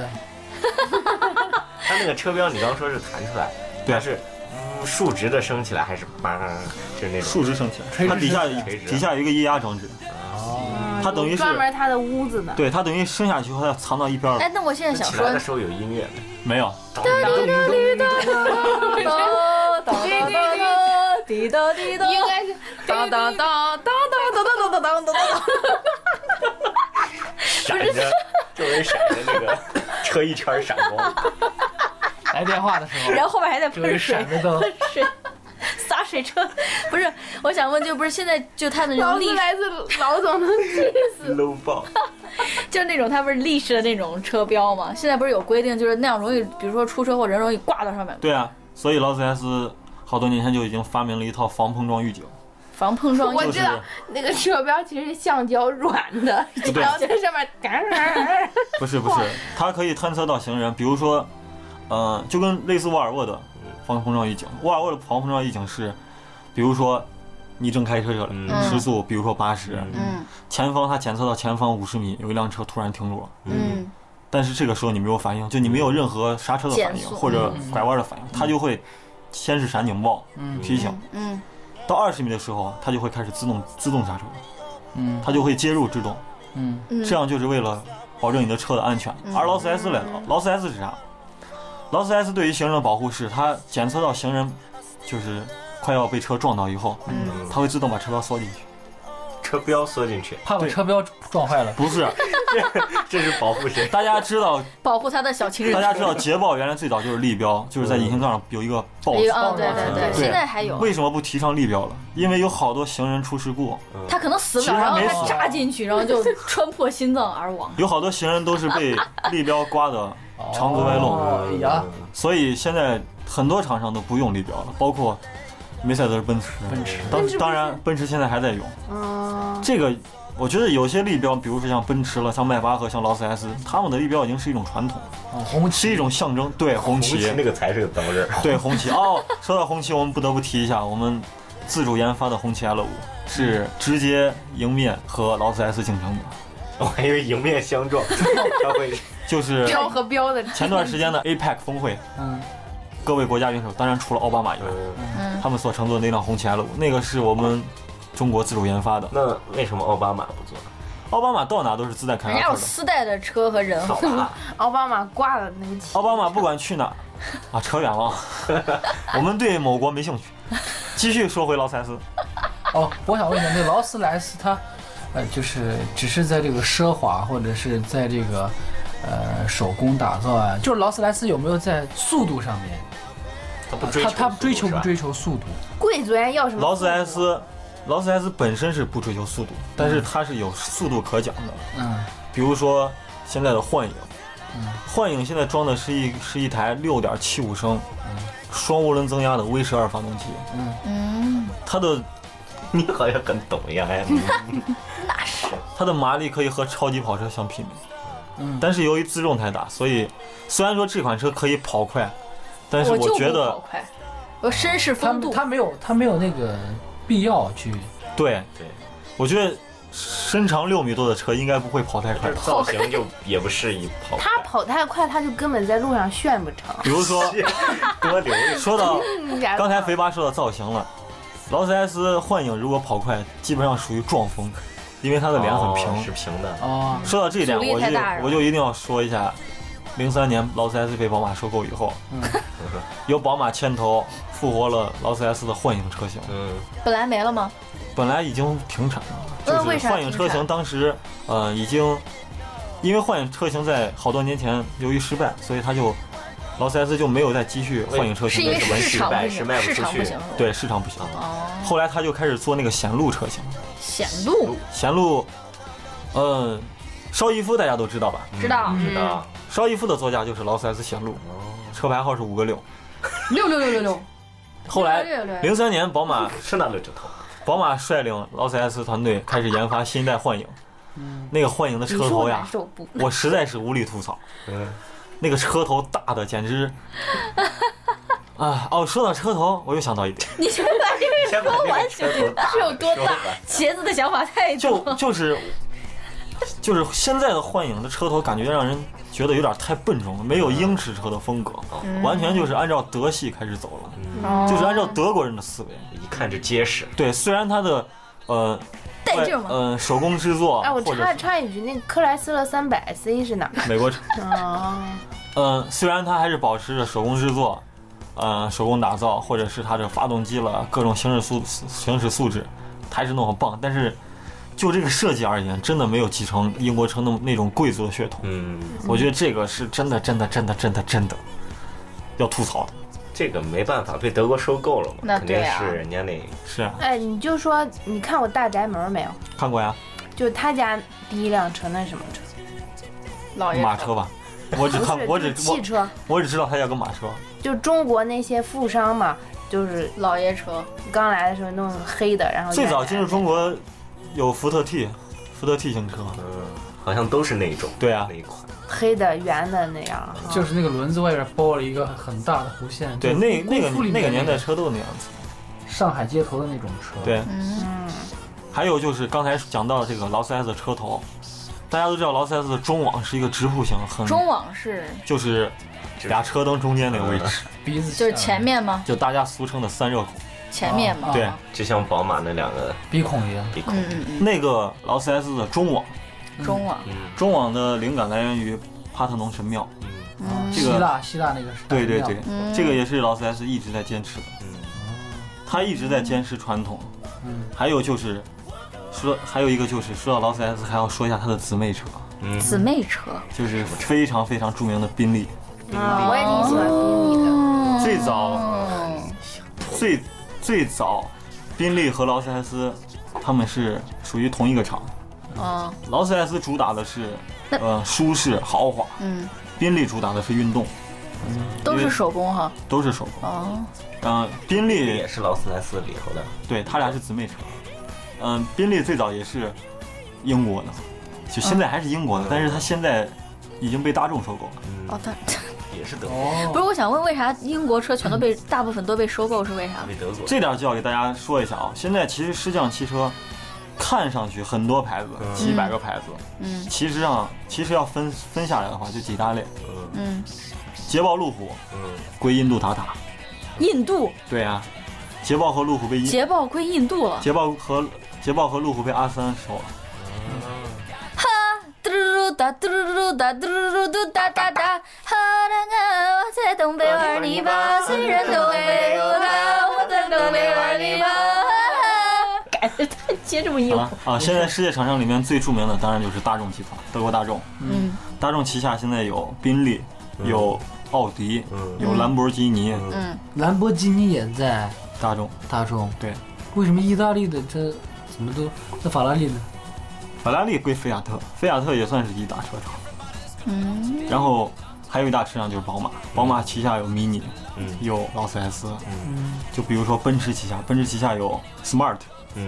Speaker 5: 他那个车标，你刚说是弹出来，
Speaker 4: 对
Speaker 5: 它
Speaker 4: 啊
Speaker 5: 是嗯竖直的升起来还是叭，就是那种
Speaker 4: 竖直升起
Speaker 2: 垂
Speaker 4: 来，
Speaker 2: 直
Speaker 4: 它底下
Speaker 2: 升
Speaker 5: 垂直啊
Speaker 4: 底下有一个液压装置，
Speaker 6: 嗯
Speaker 4: 它等于是
Speaker 6: 专门他的屋子呢。
Speaker 4: 对，它等于升下去后它藏到一边了
Speaker 3: 哎，，那我现在想
Speaker 5: 起
Speaker 3: 说
Speaker 5: 来，的时候有音乐的，
Speaker 4: 没有。
Speaker 5: 咚咚咚咚
Speaker 3: 滴答滴答，
Speaker 6: 应该是当当当当当当当当当当当，
Speaker 5: 闪着，周围闪着那个车一圈闪光，
Speaker 2: 来电话的时候，
Speaker 3: 然后后面还在
Speaker 2: 这个
Speaker 3: 喷水
Speaker 2: 闪，着灯，
Speaker 3: 喷水，洒水车。不是，我想问，就不是现在就他的那
Speaker 6: 劳
Speaker 3: 种立
Speaker 6: 斯莱斯老总 能气死。
Speaker 5: 搂爆。
Speaker 3: 就是那种它不是立式的那种车标吗？现在不是有规定，就是那样容易，比如说出车祸人容易挂到上面，
Speaker 4: 对啊，所以劳斯莱斯好多年前就已经发明了一套防碰撞预警，
Speaker 3: 防碰撞。
Speaker 6: 我
Speaker 4: 就
Speaker 6: 知
Speaker 4: 是
Speaker 6: 道那个车标其实是橡胶软的，
Speaker 4: 对
Speaker 6: 然后在上面嘎嘎，
Speaker 4: 不是不是，它可以探测到行人，比如说，呃，就跟类似沃尔沃的防碰撞预警，沃尔沃的防碰撞预警是，比如说你正开车车来，
Speaker 5: 嗯
Speaker 4: 时速比如说八十、
Speaker 5: 嗯
Speaker 3: 嗯
Speaker 4: 前方它检测到前方五十米有一辆车突然停住了，
Speaker 5: 嗯，
Speaker 3: 嗯，
Speaker 4: 但是这个时候你没有反应，就你没有任何刹车的反
Speaker 3: 减
Speaker 4: 应
Speaker 3: 速
Speaker 4: 或者
Speaker 5: 嗯
Speaker 4: 拐弯的反应，它就会先是闪警报
Speaker 2: 嗯
Speaker 4: 提醒，
Speaker 3: 嗯
Speaker 4: 到二十米的时候啊它就会开始自动自动刹车，
Speaker 2: 嗯
Speaker 4: 它就会接入制动。
Speaker 2: 嗯，
Speaker 3: 嗯，
Speaker 4: 这样就是为了保证你的车的安全。而劳斯莱斯来
Speaker 3: 嗯
Speaker 4: 了，劳斯莱斯是啥？劳斯莱斯对于行人的保护是，它检测到行人就是快要被车撞到以后，
Speaker 3: 嗯
Speaker 4: 它会自动把车标缩进去。
Speaker 5: 车标缩进去，
Speaker 2: 怕把车标撞坏了。
Speaker 4: 不是，
Speaker 5: 这是保护谁？
Speaker 4: 大家知道，
Speaker 3: 保护他的小情人。
Speaker 4: 大家知道捷豹原来最早就是立标，就是在引擎盖上有一个豹
Speaker 3: 一
Speaker 4: 子。
Speaker 3: 个啊，对对对，
Speaker 4: 对
Speaker 3: 现在还有，
Speaker 4: 为什么不提倡立标了？因为有好多行人出事故，
Speaker 3: 他可能死不
Speaker 4: 其
Speaker 3: 了，
Speaker 4: 实
Speaker 3: 然
Speaker 4: 他
Speaker 3: 后
Speaker 4: 没
Speaker 3: 他
Speaker 4: 死
Speaker 3: 扎进去，然后就穿破心脏而亡。
Speaker 4: 有好多行人都是被立标刮的肠子歪漏。
Speaker 2: 哦哎呀，
Speaker 5: 嗯
Speaker 4: 所以现在很多厂商都不用立标了，包括梅赛德斯奔驰。
Speaker 2: 奔驰
Speaker 4: 当当然，奔驰现在还在用
Speaker 6: 嗯，
Speaker 4: 这个。我觉得有些立标，比如说像奔驰了、像迈巴赫、像劳斯莱斯，他们的立标已经是一种传统，
Speaker 2: 嗯红
Speaker 4: 是一
Speaker 2: 旗，
Speaker 4: 种象征。对，红
Speaker 5: 红
Speaker 4: 旗
Speaker 5: 旗，那个才是个刀刃。
Speaker 4: 对红旗。哦，说到红旗，我们不得不提一下，我们自主研发的红旗 L 五是直接迎面和劳斯莱斯竞争的，
Speaker 5: 我还以为迎面相撞，他会
Speaker 4: 就是
Speaker 6: 标和标的
Speaker 4: 前段时间的 APEC 峰会，
Speaker 2: 嗯
Speaker 4: 各位国家元首，当然除了奥巴马以外，
Speaker 5: 呃，
Speaker 3: 嗯，
Speaker 4: 他们所乘坐的那辆红旗 L 五，那个是我们中国自主研发的。
Speaker 5: 那为什么奥巴马不做？
Speaker 4: 奥巴马到哪都是自带开
Speaker 3: 人
Speaker 4: 发
Speaker 3: 家有
Speaker 4: 车的。
Speaker 3: 丝带的车和人，
Speaker 5: 好吧，
Speaker 6: 奥巴马挂的那个旗，
Speaker 4: 奥巴马不管去哪儿，啊，扯远了， 我们对某国没兴趣。继续说回劳斯莱斯，
Speaker 2: 哦，我想问一下，那劳斯莱斯它，呃，就是只是在这个奢华，或者是在这个呃手工打造啊，就是劳斯莱斯有没有在速度上面，
Speaker 5: 他不追
Speaker 2: 它
Speaker 5: 求，
Speaker 2: 它追求不？追求速度？
Speaker 6: 贵族人要什么？
Speaker 4: 劳斯莱斯，劳斯莱斯本身是不追求速度，但是它是有速度可讲的。
Speaker 2: 嗯
Speaker 4: 比如说现在的幻影
Speaker 2: 嗯，
Speaker 4: 幻影现在装的是一是一台六点七五升双涡轮增压的 V 十二发动机，
Speaker 2: 嗯，
Speaker 3: 嗯，
Speaker 4: 它的
Speaker 5: 你好像很懂一样哎。
Speaker 4: 它的马力可以和超级跑车相媲美，
Speaker 2: 嗯
Speaker 4: 但是由于自重太大，所以虽然说这款车可以跑快，但是
Speaker 3: 我就
Speaker 4: 我觉
Speaker 3: 不
Speaker 4: 得
Speaker 3: 跑快，我绅士
Speaker 2: 它
Speaker 3: 风度。
Speaker 2: 它没有它没有那个必要去，
Speaker 4: 对，
Speaker 5: 对，
Speaker 4: 我觉得身长六米多的车应该不会跑太 快
Speaker 5: 这。造型就也不适宜跑。
Speaker 6: 他跑太快，他就根本在路上炫 不成。
Speaker 4: 比 如说，
Speaker 5: 多留一
Speaker 4: 说到刚才
Speaker 6: 肥
Speaker 4: 肥八说到造型了，劳斯莱斯幻影如果跑快，基本上属于撞风，因为它的脸很平。
Speaker 5: 哦是平的。
Speaker 2: 哦，
Speaker 4: 说到这一点，
Speaker 3: 阻力
Speaker 4: 我就
Speaker 3: 太大是吧
Speaker 4: 我就一定要说一下，零三年劳斯莱斯被宝马收购以 后，
Speaker 2: 嗯
Speaker 4: 由宝马牵头复活了劳斯莱斯的幻影车型，
Speaker 5: 嗯，
Speaker 3: 本来没了吗？
Speaker 4: 本来已经停产了，就
Speaker 3: 那呃为
Speaker 4: 是
Speaker 3: 啥
Speaker 4: 幻影车
Speaker 3: 停
Speaker 4: 型
Speaker 3: 产
Speaker 4: 当时呃已经，因为幻影车型在好多年前由于失败，所以它就劳斯莱斯就没有再继续幻影车
Speaker 3: 是
Speaker 4: 型
Speaker 3: 因
Speaker 4: 的
Speaker 3: 为
Speaker 5: 为
Speaker 4: 事
Speaker 5: 什么失
Speaker 3: 市场
Speaker 5: 败
Speaker 3: 不
Speaker 5: 是
Speaker 3: 行
Speaker 5: 卖，不
Speaker 3: 市
Speaker 5: 出
Speaker 3: 场
Speaker 5: 去
Speaker 3: 不行，，
Speaker 4: 对市场不行了。
Speaker 3: 哦，
Speaker 4: 后来他就开始做那个显露车型，
Speaker 3: 显露
Speaker 4: 显露，嗯、邵逸夫大家都知道吧？
Speaker 3: 知道
Speaker 5: 嗯
Speaker 4: 嗯
Speaker 3: 嗯
Speaker 5: 知道。
Speaker 4: 邵逸夫的座驾就是劳斯莱斯显露，车牌号是五个六。
Speaker 3: 六六六六六，
Speaker 4: 后来，
Speaker 3: 六六六
Speaker 4: 零三年宝马
Speaker 5: 是那六指头。
Speaker 4: 宝马率领劳斯莱斯团队开始研发新一代幻影，
Speaker 2: 嗯，
Speaker 4: 那个幻影的
Speaker 6: 你
Speaker 4: 车
Speaker 6: 说
Speaker 4: 头
Speaker 6: 我难
Speaker 4: 呀，
Speaker 6: 受不？
Speaker 4: 我实在是无力吐槽，
Speaker 5: 嗯，
Speaker 4: 那个车头大的简直。 啊哦，说到车头，我又想到一点，
Speaker 3: 你先把这个
Speaker 5: 先把
Speaker 3: 说
Speaker 5: 那
Speaker 3: 完
Speaker 5: 个车头打
Speaker 3: 是有多
Speaker 5: 说
Speaker 3: 大
Speaker 5: 吧？
Speaker 3: 茄子的想法太
Speaker 4: 就
Speaker 3: 多，
Speaker 4: 就是就是现在的幻影的车头，感觉让人觉得有点太笨重了，没有英式车的风格，完全就是按照德系开始走了，
Speaker 6: 嗯哦
Speaker 4: 就是按照德国人的思维。
Speaker 5: 一看就结实。
Speaker 4: 对，虽然它的呃
Speaker 3: 带劲儿吗？
Speaker 4: 呃手工制作，
Speaker 6: 哎、我
Speaker 4: 或者
Speaker 6: 插插一句，那个克莱斯勒三百 C 是哪儿？
Speaker 4: 是美国车，
Speaker 6: 啊，
Speaker 4: 嗯、虽然它还是保持着手工制作。呃，手工打造，或者是它的发动机了，各种行驶素行驶素质，还是弄很棒。但是，就这个设计而言，真的没有继承英国车那那种贵族的血统。
Speaker 5: 嗯，
Speaker 4: 我觉得这个是真的，真的，真的，真的，真的要吐槽的。
Speaker 5: 这个没办法，被德国收购了嘛，
Speaker 3: 那
Speaker 5: 肯定
Speaker 3: 对啊
Speaker 5: 是人家那
Speaker 4: 是啊
Speaker 6: 哎，你就说你看过《大宅门》没有？
Speaker 4: 看过呀，
Speaker 6: 就他家第一辆车那是什么车？
Speaker 3: 老爷
Speaker 4: 马车吧，我只
Speaker 6: 不
Speaker 4: 看
Speaker 6: 是，
Speaker 4: 我
Speaker 6: 就
Speaker 4: 只
Speaker 6: 是汽
Speaker 4: 我
Speaker 6: 车，
Speaker 4: 我只知道它叫个马车。
Speaker 6: 就中国那些富商嘛，就是
Speaker 3: 老爷车，
Speaker 6: 刚来的时候弄个黑的，然后
Speaker 4: 最早
Speaker 6: 原
Speaker 4: 进
Speaker 6: 来
Speaker 4: 入中国有福特 T，福特 T 型车。
Speaker 5: 嗯，好像都是那一种，
Speaker 4: 对啊
Speaker 5: 那，一款。
Speaker 6: 黑的圆的那样啊，
Speaker 2: 就是那个轮子外边包了一个很大的弧线，
Speaker 4: 对，
Speaker 2: 就是
Speaker 4: 那那个
Speaker 2: 功夫里
Speaker 4: 那个
Speaker 2: 面
Speaker 4: 年代车都是那样子。
Speaker 2: 上海街头的那种车，，
Speaker 4: 对，
Speaker 3: 嗯，
Speaker 6: 嗯，
Speaker 4: 还有就是刚才讲到这个劳斯莱斯的车头，大家都知道劳斯莱斯的中网是一个直瀑型，很
Speaker 3: 中网是
Speaker 4: 就是俩车灯中间那个位置，
Speaker 2: 鼻子
Speaker 3: 就是前面吗？
Speaker 4: 就大家俗称的三热孔。
Speaker 3: 前面吗？
Speaker 4: 哦对
Speaker 5: 就像宝马那两个
Speaker 2: 鼻孔一样，
Speaker 5: 鼻孔。
Speaker 3: 嗯嗯
Speaker 4: 那个劳斯莱斯的中网，
Speaker 3: 嗯，中网
Speaker 5: 嗯
Speaker 4: 中网的灵感来源于帕特农神庙。
Speaker 5: 嗯
Speaker 2: 啊
Speaker 3: 嗯
Speaker 4: 这个
Speaker 2: 希腊希腊那个是
Speaker 4: 对对对，
Speaker 3: 嗯
Speaker 4: 这个也是劳斯莱斯一直在坚持的，
Speaker 5: 嗯，
Speaker 4: 他一直在坚持传统。
Speaker 2: 嗯，
Speaker 4: 还有就是，说还有一个就是说到劳斯莱斯，还要说一下它的姊妹车，
Speaker 5: 嗯
Speaker 3: 姊妹车，
Speaker 4: 就是非常非常著名的宾利。
Speaker 6: 啊我也挺喜欢宾利的。
Speaker 3: 嗯
Speaker 4: 最早
Speaker 3: 哦
Speaker 4: 最最早，宾利和劳斯莱斯他们是属于同一个厂。
Speaker 3: 嗯
Speaker 4: 劳斯莱斯主打的是，
Speaker 3: 那
Speaker 4: 呃，舒适豪华；
Speaker 3: 嗯，
Speaker 4: 宾利主打的是运动，
Speaker 3: 都是手工哈，
Speaker 4: 都是手工。
Speaker 3: 哦，
Speaker 4: 嗯、
Speaker 5: 这
Speaker 4: 宾利
Speaker 5: 也是劳斯莱斯里头的。
Speaker 4: 对，它俩是姊妹车。嗯、宾利最早也是英国的，就现在还是英国的，但是它现在已经被大众收购了。
Speaker 3: 哦，它
Speaker 5: 嗯也是德国，
Speaker 3: 不
Speaker 2: 哦，
Speaker 3: 是，我想问，为啥英国车全都被大部分都被收购是为啥？
Speaker 5: 为德国。
Speaker 4: 这点就要给大家说一下啊，现在其实实际上汽车看上去很多牌子，
Speaker 5: 嗯
Speaker 4: 几百个牌子，
Speaker 3: 嗯
Speaker 4: 其实上其实要分分下来的话，就几大类：
Speaker 5: 嗯
Speaker 3: 嗯，
Speaker 4: 捷豹、路虎
Speaker 5: 嗯，
Speaker 4: 归印度塔塔。
Speaker 3: 印度
Speaker 4: 对啊，捷豹和路虎被印，
Speaker 3: 捷豹归印度了，
Speaker 4: 捷豹和捷豹和路虎被阿三收了。
Speaker 3: 嘟噜噜哒，嘟噜噜哒，嘟噜噜嘟哒哒哒。好的啊，我在东北玩泥巴，虽然东北没有他，我在东北玩泥巴。感觉他接这么
Speaker 4: 好
Speaker 3: 硬，
Speaker 4: 了啊，现在世界厂商里面最著名的当然就是大众集团，德国大众。
Speaker 3: 嗯
Speaker 4: 大众旗下现在有宾利，有奥迪，
Speaker 5: 嗯
Speaker 4: 有兰博基尼。
Speaker 3: 嗯，
Speaker 2: 兰博基尼也在
Speaker 4: 大众
Speaker 2: 大众，
Speaker 4: 对，
Speaker 2: 为什么意大利的这怎么都那法拉利呢？
Speaker 4: 法拉利归菲亚特，菲亚特也算是一大车厂。嗯，然后还有一大车厂就是宝马，宝马旗下有 Mini，
Speaker 5: 嗯
Speaker 4: 有劳斯莱斯，
Speaker 2: 嗯
Speaker 4: 就比如说奔驰旗下，奔驰旗下有 Smart，
Speaker 5: 嗯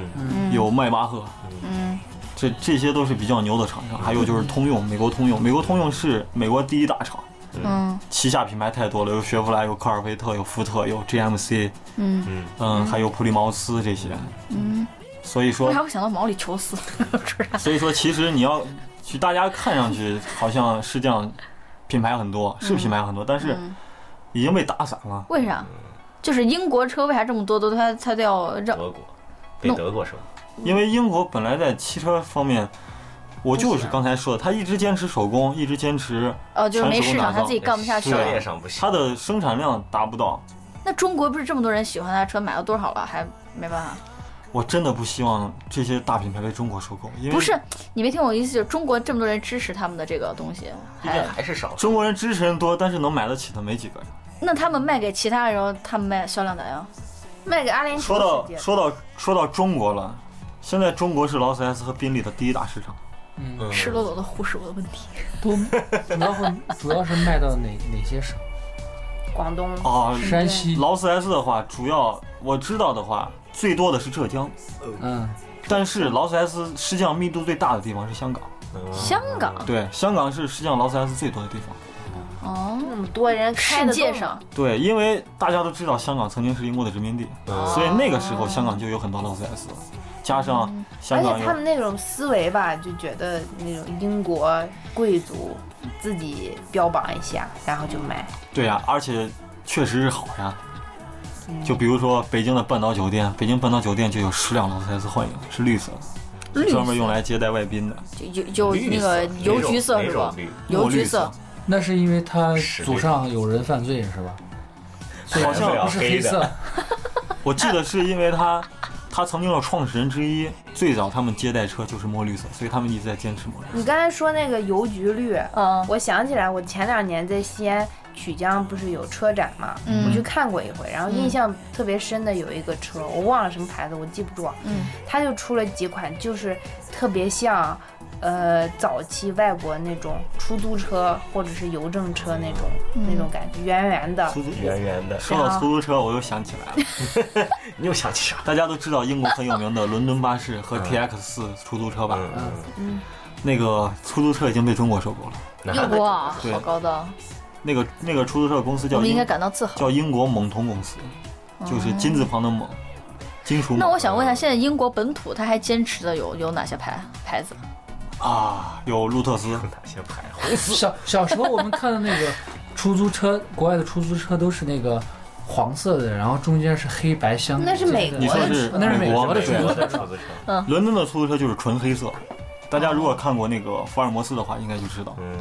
Speaker 4: 有迈巴赫，
Speaker 3: 嗯，
Speaker 4: 这这些都是比较牛的厂商。还有就是通用，美国通用，美国通用是美国第一大厂，
Speaker 3: 嗯
Speaker 4: 旗下品牌太多了，有雪佛兰，有科尔菲特，有福特，有 GMC，
Speaker 3: 嗯
Speaker 5: 嗯
Speaker 4: 嗯，还有普利茅斯这些。
Speaker 3: 嗯，
Speaker 4: 所以说
Speaker 3: 为啥，会想到毛里求斯？不知道。
Speaker 4: 所以说，其实你要去，大家看上去好像是这样，品牌很多，是品牌很多，但是
Speaker 3: 嗯
Speaker 4: 已经被打散了。
Speaker 3: 为啥？就是英国车为啥这么多都它它都要
Speaker 5: 嗯
Speaker 3: 让
Speaker 5: 德国被
Speaker 3: 弄
Speaker 5: 德国收。
Speaker 4: 因为英国本来在汽车方面，我就是刚才说的，他一直坚持手工，一直坚持
Speaker 3: 哦，就是没市
Speaker 4: 全手工打
Speaker 3: 场，
Speaker 4: 造
Speaker 3: 他自己干不下去
Speaker 4: 对
Speaker 5: 商
Speaker 4: 啊
Speaker 5: 业
Speaker 3: 了。
Speaker 5: 上不行。
Speaker 4: 它的生产量达不到。
Speaker 3: 那中国不是这么多人喜欢他车，买了多少了，还没办法。
Speaker 4: 我真的不希望这些大品牌被中国收购，因为
Speaker 3: 不是，你没听我意思，就是中国这么多人支持他们的这个东西，
Speaker 5: 毕竟
Speaker 3: 还
Speaker 5: 还是少数。
Speaker 4: 哎中国人支持人多，但是能买得起的没几个人。
Speaker 3: 那他们卖给其他人，他们卖销量咋样？
Speaker 6: 卖给阿联酋
Speaker 4: 说到
Speaker 6: 世界，
Speaker 4: 说到说到中国了，现在中国是劳斯莱斯和宾利的第一大市场。
Speaker 2: 嗯，
Speaker 5: 嗯
Speaker 3: 赤裸裸的忽视我的问题。
Speaker 2: 都主要会主要是卖到哪哪些省？
Speaker 6: 广东
Speaker 4: 啊，
Speaker 2: 山西，
Speaker 4: 劳斯莱斯的话，主要我知道的话，最多的是浙江，
Speaker 2: 嗯，
Speaker 4: 但是劳斯莱斯实际上密度最大的地方是香港。
Speaker 5: 嗯
Speaker 3: 香港
Speaker 4: 对，香港是实际上劳斯莱斯最多的地方。
Speaker 3: 哦，
Speaker 6: 那么多人开
Speaker 3: 世
Speaker 6: 的
Speaker 3: 界
Speaker 6: 动
Speaker 3: 上
Speaker 4: 对，因为大家都知道香港曾经是英国的殖民地，
Speaker 5: 嗯
Speaker 4: 所以那个时候香港就有很多劳斯莱斯，加上香
Speaker 6: 嗯而
Speaker 4: 港
Speaker 6: 且他
Speaker 4: 有
Speaker 6: 们那种思维吧，就觉得那种英国贵族自己标榜一下，然后就买。
Speaker 4: 对呀、而且确实是好呀。就比如说北京的半岛酒店，北京半岛酒店就有十辆劳斯莱斯幻影，是绿色的，是专门用来接待外宾的。
Speaker 3: 有有有
Speaker 5: 绿
Speaker 3: 那
Speaker 5: 色
Speaker 3: 个
Speaker 5: 哪
Speaker 3: 邮
Speaker 5: 种
Speaker 3: 局色
Speaker 5: 哪
Speaker 3: 是
Speaker 5: 种
Speaker 3: 吧？
Speaker 5: 绿
Speaker 3: 邮
Speaker 4: 墨
Speaker 3: 局
Speaker 4: 绿色
Speaker 3: 色，
Speaker 2: 那是因为他
Speaker 5: 是
Speaker 2: 祖上有人犯罪是吧？所以
Speaker 4: 好像
Speaker 2: 不是黑
Speaker 5: 黑
Speaker 2: 色
Speaker 5: 的，
Speaker 4: 我记得是因为他，他曾经的创始人之一，最早他们接待车就是墨绿色，所以他们一直在坚持墨绿色。
Speaker 6: 你刚才说那个邮局绿，
Speaker 3: 嗯
Speaker 6: 我想起来，我前两年在西安曲江不是有车展嘛，
Speaker 3: 嗯
Speaker 6: 我去看过一回，然后
Speaker 3: 嗯
Speaker 6: 印象特别深的有一个车，我忘了什么牌子，我记不住，
Speaker 3: 嗯，
Speaker 6: 它就出了几款，就是特别像。呃，早期外国那种出租车或者是邮政车那种、
Speaker 3: 嗯
Speaker 6: 那种感觉，圆圆的，
Speaker 4: 出租
Speaker 5: 圆圆的，
Speaker 4: 说
Speaker 3: 啊
Speaker 4: 到出租车，我又想起来了，
Speaker 5: 你又想起啥？
Speaker 4: 大家都知道英国很有名的伦敦巴士和 TX 四出租车吧？
Speaker 5: 嗯嗯，
Speaker 4: 那个出租车已经被中国收购了，
Speaker 5: 那
Speaker 3: 英国啊，
Speaker 4: 对
Speaker 3: 好高档，
Speaker 4: 那个那个出租车公司
Speaker 3: 我
Speaker 4: 叫
Speaker 3: 们应该
Speaker 4: 英
Speaker 3: 感到自豪。
Speaker 4: 叫英国猛童公司，就是金字旁的猛，金属
Speaker 3: 那
Speaker 4: 猛
Speaker 3: 我想问一下，现在英国本土它还坚持的有有哪些牌牌子？
Speaker 4: 啊，有路特斯，
Speaker 5: 哪些牌？
Speaker 2: 小小时候我们看的那个出租车，国外的出租车都是那个黄色的，然后中间是黑白相间的。
Speaker 6: 那是美国
Speaker 4: 你
Speaker 6: 的
Speaker 4: 说
Speaker 6: 车，
Speaker 4: 是
Speaker 2: 那是
Speaker 4: 美
Speaker 2: 美
Speaker 4: 国
Speaker 2: 国的
Speaker 4: 美
Speaker 2: 出
Speaker 4: 国
Speaker 2: 租
Speaker 5: 我
Speaker 4: 的
Speaker 5: 的出租车，
Speaker 4: 伦敦的出租车就是纯黑色。大家如
Speaker 3: 哦
Speaker 4: 果看过那个福尔摩斯的话，应该就知道，
Speaker 5: 嗯，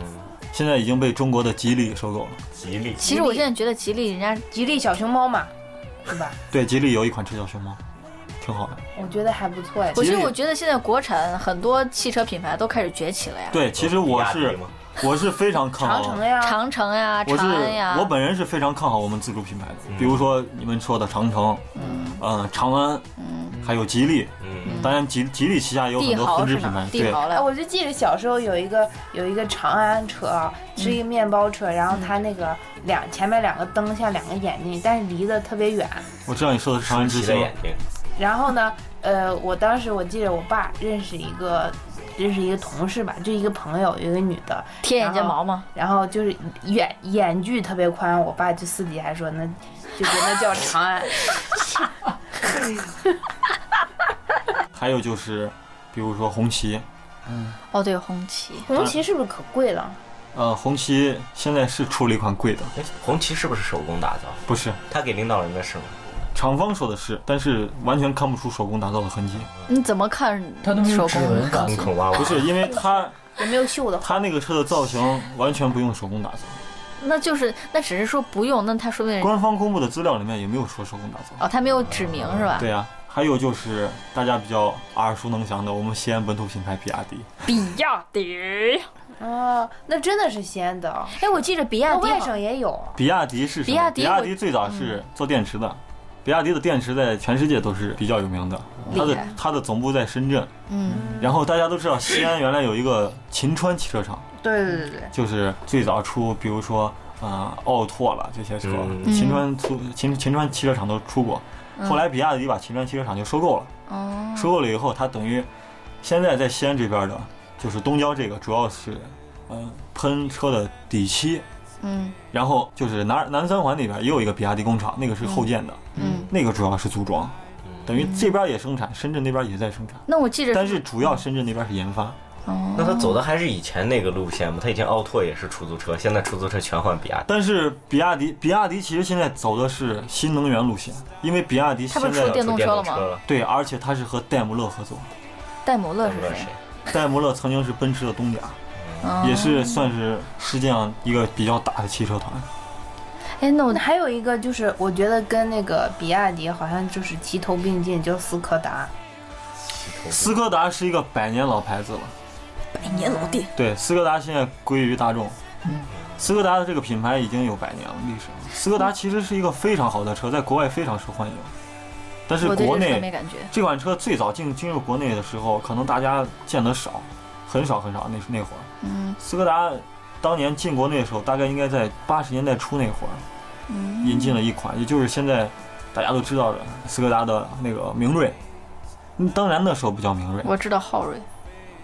Speaker 4: 现在已经被中国的吉利收购了。
Speaker 5: 吉利，
Speaker 3: 其实我现在觉得吉利人家
Speaker 6: 吉利小熊猫嘛，对吧？
Speaker 4: 对，吉利有一款车叫熊猫，挺好的。
Speaker 6: 我觉得还不错哎。
Speaker 3: 我
Speaker 4: 吉
Speaker 3: 其
Speaker 4: 利
Speaker 3: 实我觉得现在国产很多汽车品牌都开始崛起了呀，
Speaker 4: 对，其实我
Speaker 5: 比亚迪
Speaker 4: 是
Speaker 5: 吗
Speaker 4: 我是非常看好
Speaker 6: 长城，呀，
Speaker 3: 长城呀、
Speaker 4: 我是
Speaker 3: 长安呀，
Speaker 4: 我本人是非常看好我们自主品牌
Speaker 5: 嗯
Speaker 4: 的，比如说你们说的长城，嗯，长安，还有吉利，
Speaker 5: 嗯，
Speaker 4: 当然吉吉利旗下也有很
Speaker 3: 帝
Speaker 4: 多
Speaker 3: 豪
Speaker 4: 分支
Speaker 3: 是
Speaker 4: 品
Speaker 3: 吗
Speaker 4: 牌，？
Speaker 3: 帝
Speaker 4: 对，
Speaker 3: 豪
Speaker 6: 哎，
Speaker 3: 了，
Speaker 6: 我就记得小时候有一个有一个长安车啊，是
Speaker 3: 嗯
Speaker 6: 一个面包车，然后它那个两前面两个灯像两个眼睛，但是离得特别远。
Speaker 4: 我知道你说的嗯是长安之
Speaker 5: 齐的
Speaker 4: 星
Speaker 5: 眼，睛，
Speaker 6: 然后呢，呃，我当时我记得我爸认识一个认识一个同事吧，就一个朋友，有一个女的，
Speaker 3: 贴眼睫毛吗？
Speaker 6: 然后就是眼眼距特别宽，我爸就私底下说那就给那叫长安。
Speaker 4: 还有就是，比如说红旗，
Speaker 3: 哦，对，红旗，
Speaker 6: 红旗是不是可贵了？
Speaker 4: 呃，红旗现在是出了一款贵的，
Speaker 5: 哎，红旗是不是手工打造？
Speaker 4: 不是
Speaker 5: 他给领导人的是吗？
Speaker 4: 厂方说的是，但是完全看不出手工打造的痕迹，
Speaker 3: 你嗯怎么看
Speaker 2: 它都没
Speaker 3: 手
Speaker 2: 有指
Speaker 3: 工
Speaker 2: 纹
Speaker 3: 的？
Speaker 5: 坑坑洼洼，
Speaker 4: 不是因为它
Speaker 6: 有没有绣的？
Speaker 4: 它那个车的造型完全不用手工打造，
Speaker 3: 那就是那只是说不用，那他说不定
Speaker 4: 官方公布的资料里面也没有说手工打造。
Speaker 3: 哦，他没有指明是吧？
Speaker 4: 对呀、还有就是大家比较耳熟能详的，我们西安本土品牌比亚迪，
Speaker 3: 比亚迪，
Speaker 6: 哦，那真的是西安的哦，
Speaker 3: 哎，我记着比亚
Speaker 6: 那
Speaker 3: 迪
Speaker 6: 外
Speaker 3: 好，
Speaker 6: 省也有。
Speaker 4: 比亚迪是什么
Speaker 3: 比亚迪
Speaker 4: 比亚
Speaker 3: 我嗯
Speaker 4: 迪最早是做电池的，比亚迪的电池在全世界都是比较有名的，它
Speaker 3: 厉
Speaker 4: 的
Speaker 3: 害
Speaker 4: 它的总部在深圳。
Speaker 3: 嗯，
Speaker 4: 然后大家都知道，西安原来有一个秦川汽车厂，
Speaker 6: 对对对对。
Speaker 4: 就是最早出，比如说呃奥拓了这些车，
Speaker 5: 嗯
Speaker 4: 秦川出秦秦川汽车厂都出过。后来比亚迪把秦川汽车厂就收购了，
Speaker 2: 嗯
Speaker 3: 哦，
Speaker 4: 收购了以后，它等于现在在西安这边的，就是东郊这个主要是呃喷车的底漆，
Speaker 3: 嗯
Speaker 4: 然后就是南南三环那边也有一个比亚迪工厂，那个是后建的，
Speaker 3: 嗯，
Speaker 4: 那个主要是组装，等于这边也生产，深圳那边也在生产，
Speaker 3: 那我记着
Speaker 4: 但是主要深圳那边是研发。
Speaker 3: 哦，
Speaker 5: 那他走的还是以前那个路线吗？他以前奥拓也是出租车，现在出租车全换比亚迪。
Speaker 4: 但是比亚迪，比亚迪其实现在走的是新能源路线，因为比亚迪
Speaker 3: 它
Speaker 4: 现
Speaker 3: 不是
Speaker 4: 在
Speaker 3: 出电动车了吗
Speaker 5: 出电动车了
Speaker 4: 对，而且它是和戴姆勒合 作，
Speaker 3: 戴姆勒
Speaker 5: 不
Speaker 3: 是
Speaker 5: 知道
Speaker 3: 谁
Speaker 5: 谁？
Speaker 4: 戴姆勒曾经是奔驰的东家，
Speaker 3: 嗯
Speaker 4: 也是算是世界上一个比较大的汽车团。
Speaker 3: 哎，那我
Speaker 6: 那还有一个就是，我觉得跟那个比亚迪好像就是齐头并进，叫斯柯达。
Speaker 4: 斯柯达是一个百年老牌子了，
Speaker 3: 百年老店，
Speaker 4: 对，斯柯达现在归于大众。
Speaker 3: 嗯
Speaker 4: 斯柯达的这个品牌已经有百年了历史了。斯柯达其实是一个非常好的车，在国外非常受欢迎，但是
Speaker 3: 我对
Speaker 4: 国
Speaker 3: 这车
Speaker 4: 内
Speaker 3: 没感觉。
Speaker 4: 这款车最早进进入国内的时候，可能大家见得少，很少很少。那那会儿，
Speaker 3: 嗯
Speaker 4: 斯柯达当年进国内的时候，大概应该在八十年代初那会儿
Speaker 3: 嗯，
Speaker 4: 引进了一款，也就是现在大家都知道的斯柯达的那个明锐。嗯当然那时候不叫明锐
Speaker 3: 我知道昊锐，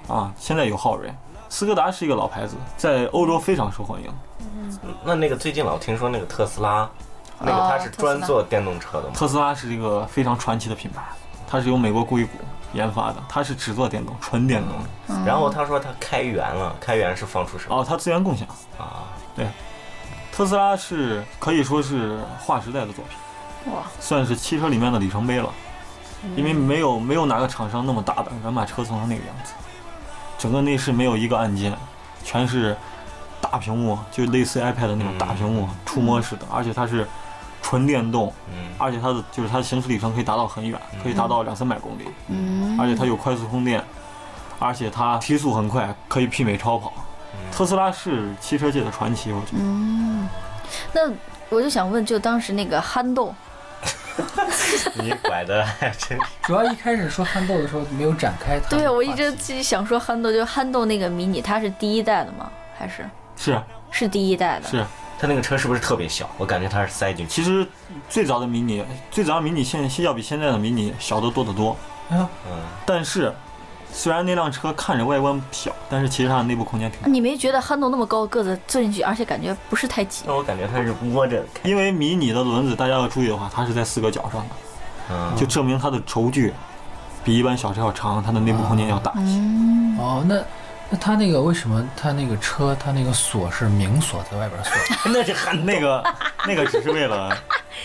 Speaker 4: 啊，现在有昊锐。斯柯达是一个老牌子，在欧洲非常受欢迎。
Speaker 5: 那那个最近老听说那个特斯
Speaker 3: 哦
Speaker 5: 拉，那个他是专做电动车的嘛？
Speaker 4: 特斯拉是一个非常传奇的品牌，它是由美国硅谷研发的，它是只做电动，纯电动。
Speaker 3: 嗯
Speaker 5: 然后他说他开源了，开源是放出什么
Speaker 4: 哦，它资源共享。
Speaker 5: 啊？
Speaker 4: 特斯拉是可以说是划时代的作品，
Speaker 3: 哇，嗯
Speaker 4: 算是汽车里面的里程碑了，因为没有没有哪个厂商那么大胆敢把车做成那个样子，整个内饰没有一个按键，全是大屏幕，就类似 iPad 的那种大屏幕，
Speaker 3: 嗯
Speaker 4: 触摸式的，而且它是纯电动，
Speaker 5: 嗯，
Speaker 4: 而且它的就是它的行驶里程可以达到很远，可以达到两三百公里，
Speaker 3: 嗯，
Speaker 4: 而且它有快速充电，而且它提速很快，可以媲美超跑。
Speaker 5: 嗯
Speaker 4: 特斯拉是汽车界的传奇，我觉得。
Speaker 3: 嗯，那我就想问，就当时那个憨豆，
Speaker 5: 你拐的还真是
Speaker 2: 主要一开始说憨豆的时候没有展开它的话题。
Speaker 3: 对啊呀，我一直自己想说憨豆，就憨豆那个迷你，它是第一代的吗？还是
Speaker 4: 是啊
Speaker 3: 是第一代的？
Speaker 4: 是，
Speaker 5: 他那个车是不是特别小？我感觉他是塞进去。
Speaker 4: 其实最早的迷你，最早的迷你现要比现在的迷你小得多得多。
Speaker 5: 嗯，
Speaker 4: 但是，虽然那辆车看着外观小，但是其实它的内部空间挺大。
Speaker 3: 你没觉得憨豆那么高个子坐进去，而且感觉不是太挤？
Speaker 5: 那我感觉他是摸着开。
Speaker 4: 因为迷你的轮子，大家要注意的话，它是在四个角上的，
Speaker 5: 嗯，
Speaker 4: 就证明它的轴距比一般小车要长，它的内部空间要大。
Speaker 3: 嗯，
Speaker 2: 哦，那那他那个为什么他那个车他那个锁是明锁在外边锁？
Speaker 4: 那是很那个那个只是为了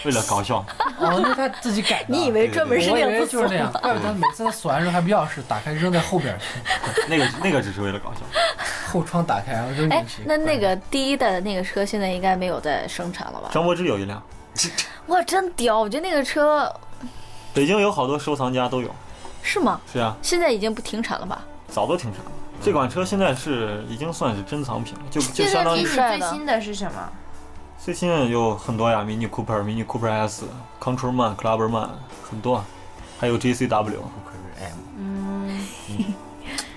Speaker 4: 为了搞笑，
Speaker 2: 哦，那他自己改的。
Speaker 3: 你以为专门是
Speaker 2: 我以
Speaker 3: 为
Speaker 2: 为
Speaker 3: 了不
Speaker 2: 就是
Speaker 3: 死
Speaker 2: 那样，怪不得每次他锁完之后还不钥匙打开扔在后边去，
Speaker 4: 那个那个只是为了搞笑。
Speaker 2: 后窗打开然后
Speaker 4: 嗯
Speaker 2: 扔
Speaker 3: 哎
Speaker 2: 进，去。
Speaker 3: 那那个第一代的那个车现在应该没有在生产了吧？
Speaker 4: 张柏芝有一辆，
Speaker 3: 哇，真屌！我觉得那个车
Speaker 4: 北京有好多收藏家都有。
Speaker 3: 是吗？
Speaker 4: 是啊，
Speaker 3: 现在已经不停产了吧？
Speaker 4: 早都停产了。这款车现在是已经算是珍藏品了，就就相当
Speaker 3: 挺
Speaker 4: 于
Speaker 3: 帅
Speaker 6: 最
Speaker 3: 的
Speaker 6: 新的是什么？
Speaker 4: 最新的有很多呀，Mini Cooper、Mini Cooper S、Controlman、Clubberman 很多啊，还有 GCW。
Speaker 5: 可是 M
Speaker 6: 嗯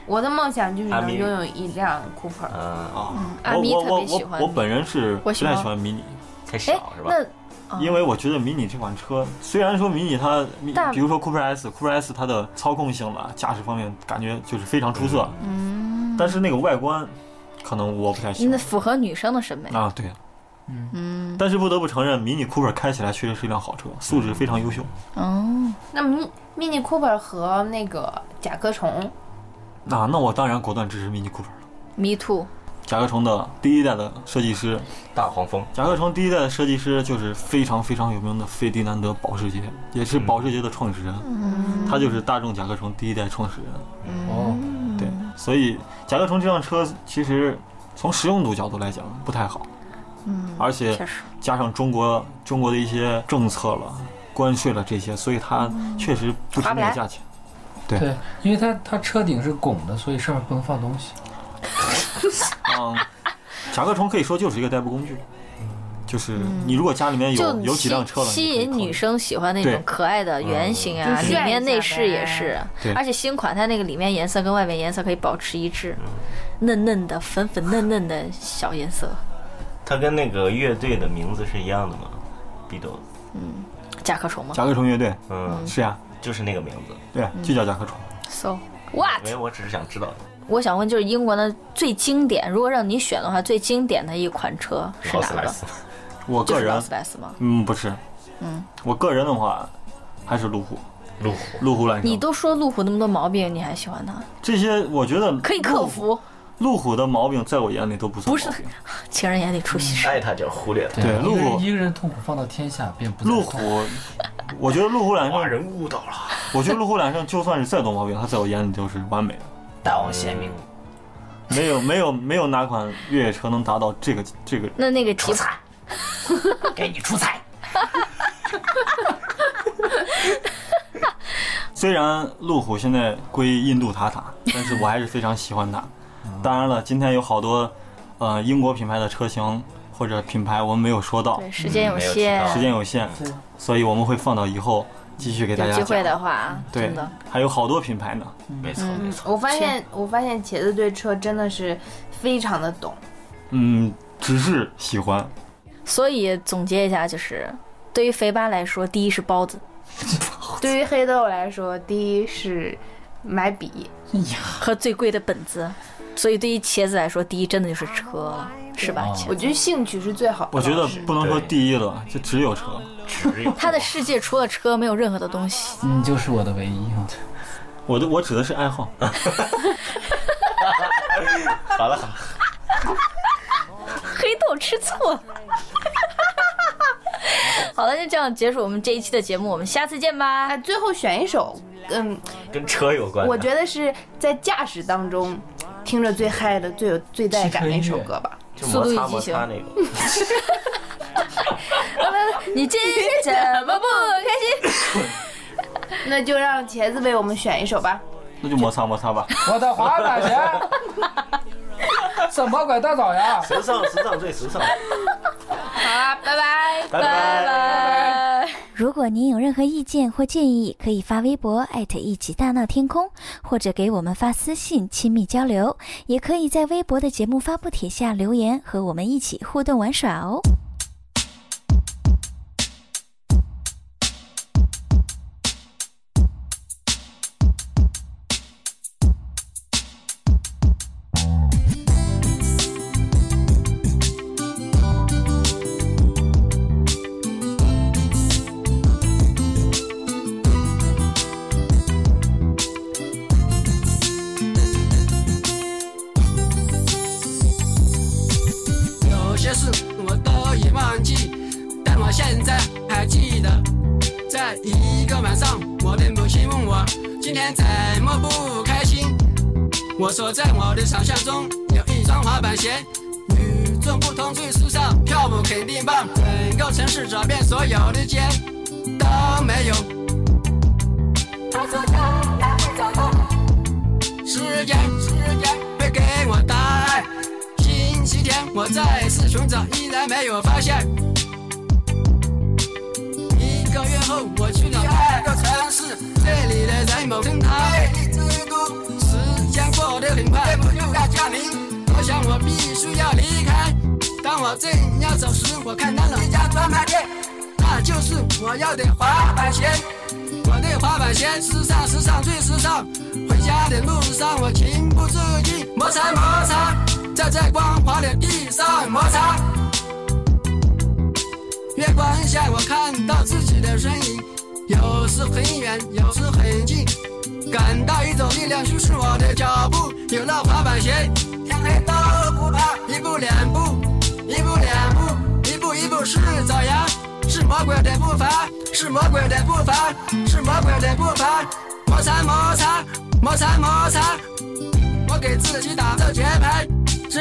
Speaker 6: 我的梦想就是
Speaker 5: 阿
Speaker 6: 能
Speaker 5: 米
Speaker 6: 拥有一辆 Cooper。
Speaker 5: 嗯，
Speaker 4: 啊，
Speaker 3: 阿
Speaker 4: 我
Speaker 3: 咪
Speaker 4: 我
Speaker 3: 特
Speaker 4: 我
Speaker 3: 别喜欢
Speaker 4: 我我本人是不
Speaker 3: 我
Speaker 4: 太喜
Speaker 3: 喜欢
Speaker 4: 欢 Mini，
Speaker 5: 太
Speaker 3: 哎
Speaker 5: 小是，吧？
Speaker 3: 那啊
Speaker 4: 因为我觉得 Mini 这款车虽然说 Mini 它，
Speaker 3: 但
Speaker 4: 比如说 Cooper S，Cooper S 它的操控性了、驾驶方面感觉就是非常出色，
Speaker 3: 嗯，
Speaker 4: 但是那个外观可能我不太喜
Speaker 3: 那
Speaker 4: 欢。
Speaker 3: 符合女生的审美。
Speaker 4: 啊，对，
Speaker 3: 嗯，
Speaker 4: 但是不得不承认，Mini Cooper 开起来确实是一辆好车，素质非常优秀。
Speaker 3: 哦，
Speaker 6: 那 Mini Mini Cooper 和那个甲壳虫，
Speaker 4: 那、那我当然果断支持 Mini Cooper 了。
Speaker 3: Me too。
Speaker 4: 甲壳虫的第一代的设计师，
Speaker 5: 大黄蜂，
Speaker 4: 甲壳虫第一代的设计师就是非常非常有名的费迪南德·保时捷，也是保时捷的创始人，
Speaker 3: 嗯
Speaker 4: 他就是大众甲壳虫第一代创始人。
Speaker 2: 哦，
Speaker 3: 嗯
Speaker 4: 对，所以甲壳虫这辆车其实从实用度角度来讲不太好，
Speaker 3: 嗯，
Speaker 4: 而且
Speaker 3: 确实，
Speaker 4: 加上中国中国的一些政策了、关税了这些，所以它
Speaker 3: 嗯
Speaker 4: 确实不值
Speaker 6: 划不
Speaker 4: 那
Speaker 6: 来
Speaker 4: 个价钱。
Speaker 2: 对，因为它它车顶是拱的，所以上面不能放东西。
Speaker 4: 嗯，甲壳虫可以说就是一个代步工具，就是你如果家里面有
Speaker 3: 嗯就
Speaker 4: 有几辆车了，
Speaker 3: 吸
Speaker 4: 你可以
Speaker 3: 引
Speaker 4: 考虑
Speaker 3: 女生喜欢那
Speaker 4: 对嗯
Speaker 3: 种可爱的圆形啊，
Speaker 6: 就
Speaker 3: 里
Speaker 6: 炫
Speaker 3: 面
Speaker 6: 一
Speaker 3: 内
Speaker 6: 下
Speaker 3: 饰也
Speaker 6: 呗
Speaker 3: 是啊
Speaker 4: 对，
Speaker 3: 而且新款它那个里面颜色跟外面颜色可以保持一致，
Speaker 4: 嗯
Speaker 3: 嫩嫩的、粉粉嫩嫩的小颜色。
Speaker 5: 它跟那个乐队的名字是一样的吗？Beatles，
Speaker 3: 甲壳虫吗
Speaker 4: 甲壳虫乐队，
Speaker 5: 嗯，
Speaker 4: 是呀，
Speaker 5: 就是那个名字。
Speaker 4: 对
Speaker 3: 嗯
Speaker 4: 呀，就叫甲壳虫。
Speaker 3: ？So what？
Speaker 5: 因为我只是想知道
Speaker 3: 我想问，就是英国的最经典，如果让你选的话，最经典的一款车是
Speaker 5: 劳
Speaker 3: 哪
Speaker 5: 斯莱
Speaker 3: 个？
Speaker 5: 斯，
Speaker 4: 我
Speaker 3: 就
Speaker 4: 个
Speaker 3: 是劳
Speaker 4: 人
Speaker 3: 斯，莱斯吗？
Speaker 4: 嗯，不是，
Speaker 3: 嗯，
Speaker 4: 我个人的话还是路虎，
Speaker 5: 路虎，
Speaker 4: 路虎揽
Speaker 3: 你
Speaker 4: 胜，
Speaker 3: 都说路虎那么多毛病，你还喜欢它？
Speaker 4: 这些我觉得
Speaker 3: 可以克
Speaker 4: 路虎。
Speaker 3: 服，
Speaker 4: 路虎的毛病在我眼里都不算
Speaker 3: 不是
Speaker 4: 毛病
Speaker 3: 情人眼里出
Speaker 4: 嗯
Speaker 3: 西施。
Speaker 5: 爱它就忽略它，
Speaker 4: 对
Speaker 2: 一个人
Speaker 4: 路虎
Speaker 2: 一个人痛苦放到天下便不再
Speaker 4: 路
Speaker 2: 痛
Speaker 4: 虎，我觉得路虎揽
Speaker 5: 把
Speaker 4: 胜，
Speaker 5: 人误导了。
Speaker 4: 我觉得路虎揽胜就算是再多毛病，它在我眼里都是完美的。
Speaker 5: 大王贤明，
Speaker 4: 没有没有没有哪款越野车能达到这个这个
Speaker 3: 那那个吉普，
Speaker 5: 给你出彩。
Speaker 4: 虽然路虎现在归印度塔塔，但是我还是非常喜 欢它。当然了，今天有好多呃英国品牌的车型或者品牌我们没有说到，
Speaker 3: 对，时间有
Speaker 5: 没有
Speaker 3: 限
Speaker 5: 提，到
Speaker 4: 时间嗯有限，所以我们会放到以后继续给大
Speaker 3: 有
Speaker 4: 家
Speaker 3: 机
Speaker 4: 讲。
Speaker 3: 会的话啊，
Speaker 4: 对
Speaker 3: 真的，
Speaker 4: 还有好多品牌呢。
Speaker 5: 没错
Speaker 3: 嗯
Speaker 5: 没错，
Speaker 6: 嗯我发现，我发现茄子对车真的是非常的懂。
Speaker 4: 嗯，只是喜欢。
Speaker 3: 所以总结一下，就是对于肥八来说，第一是包子
Speaker 6: 对于黑豆来说，第一是买笔，
Speaker 3: 和最贵的本子，所以对于茄子来说，第一真的就是车了，是吧？
Speaker 2: 哦
Speaker 3: 茄
Speaker 6: 我
Speaker 3: 子
Speaker 6: 觉得兴趣是最好的。
Speaker 4: 我觉得
Speaker 6: 是
Speaker 4: 不能说
Speaker 5: 对
Speaker 4: 第一了，就只有车。
Speaker 5: 只有
Speaker 3: 他的世界除了车，没有任何的东西。
Speaker 2: 你嗯就是我的唯一啊！
Speaker 4: 我的我指的是爱好。
Speaker 5: 好了，好了
Speaker 3: 黑豆吃醋。 好了，就这样结束我们这一期的节目，我们下次见吧
Speaker 6: 啊，。最后选一首，嗯，
Speaker 5: 跟车有关的。
Speaker 6: 我觉得是在驾驶当中听着最嗨的、最有最带感的一首歌吧。
Speaker 5: 就摩擦
Speaker 3: 速度与
Speaker 5: 摩
Speaker 3: 激
Speaker 5: 擦那个，
Speaker 3: 你今天 怎么不 开心？
Speaker 6: 那就让茄子为我们选一首吧。
Speaker 4: 那就摩擦摩擦吧。
Speaker 2: 我的滑板鞋， 怎么鬼大枣呀？
Speaker 5: 时尚时尚最 时尚，
Speaker 6: 好啦，拜拜。
Speaker 5: 拜拜。
Speaker 3: 拜。
Speaker 1: 如果您有任何意见或建议，可以发微博艾特一起大闹天空，或者给我们发私信亲密交流，也可以在微博的节目发布帖下留言，和我们一起互动玩耍哦。
Speaker 7: 有些事我都已忘记，但我现在还记得。在一个晚上，我的母亲问我今天怎么不开心。我说在我的想象中有一双滑板鞋，与众不同最时尚，跳舞肯定棒。整个城市找遍所有的街都没有。时间，时间会给我答案。星期天我再次寻找，依然没有发现。一个月后我去了那个城市，这里的人们称它魅力之都。时间过得很快，我又要降临。我想我必须要离开。当我正要走时，我看到了一家专卖店，那就是我要的滑板鞋。我的滑板鞋时尚，时尚最时尚。回家的路上，我情不自禁摩擦摩擦，在这光滑的地上摩擦。月光下，我看到自己的身影，有时很远，有时很近，感到一种力量驱使我的脚步。有了滑板鞋，天黑都不怕，一步两步，一步两步，一步一步是爪牙，是魔鬼的步伐，是魔鬼的步伐，是魔鬼的步伐，摩擦摩擦，摩擦摩擦，我给自己打造节拍，这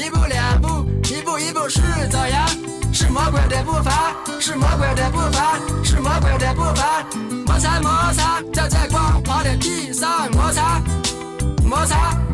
Speaker 7: 一步两步，一步一步是爪牙，是魔鬼的步伐，是魔鬼的步伐，是魔鬼的步伐，摩擦摩擦，在这光滑的地上摩擦摩擦。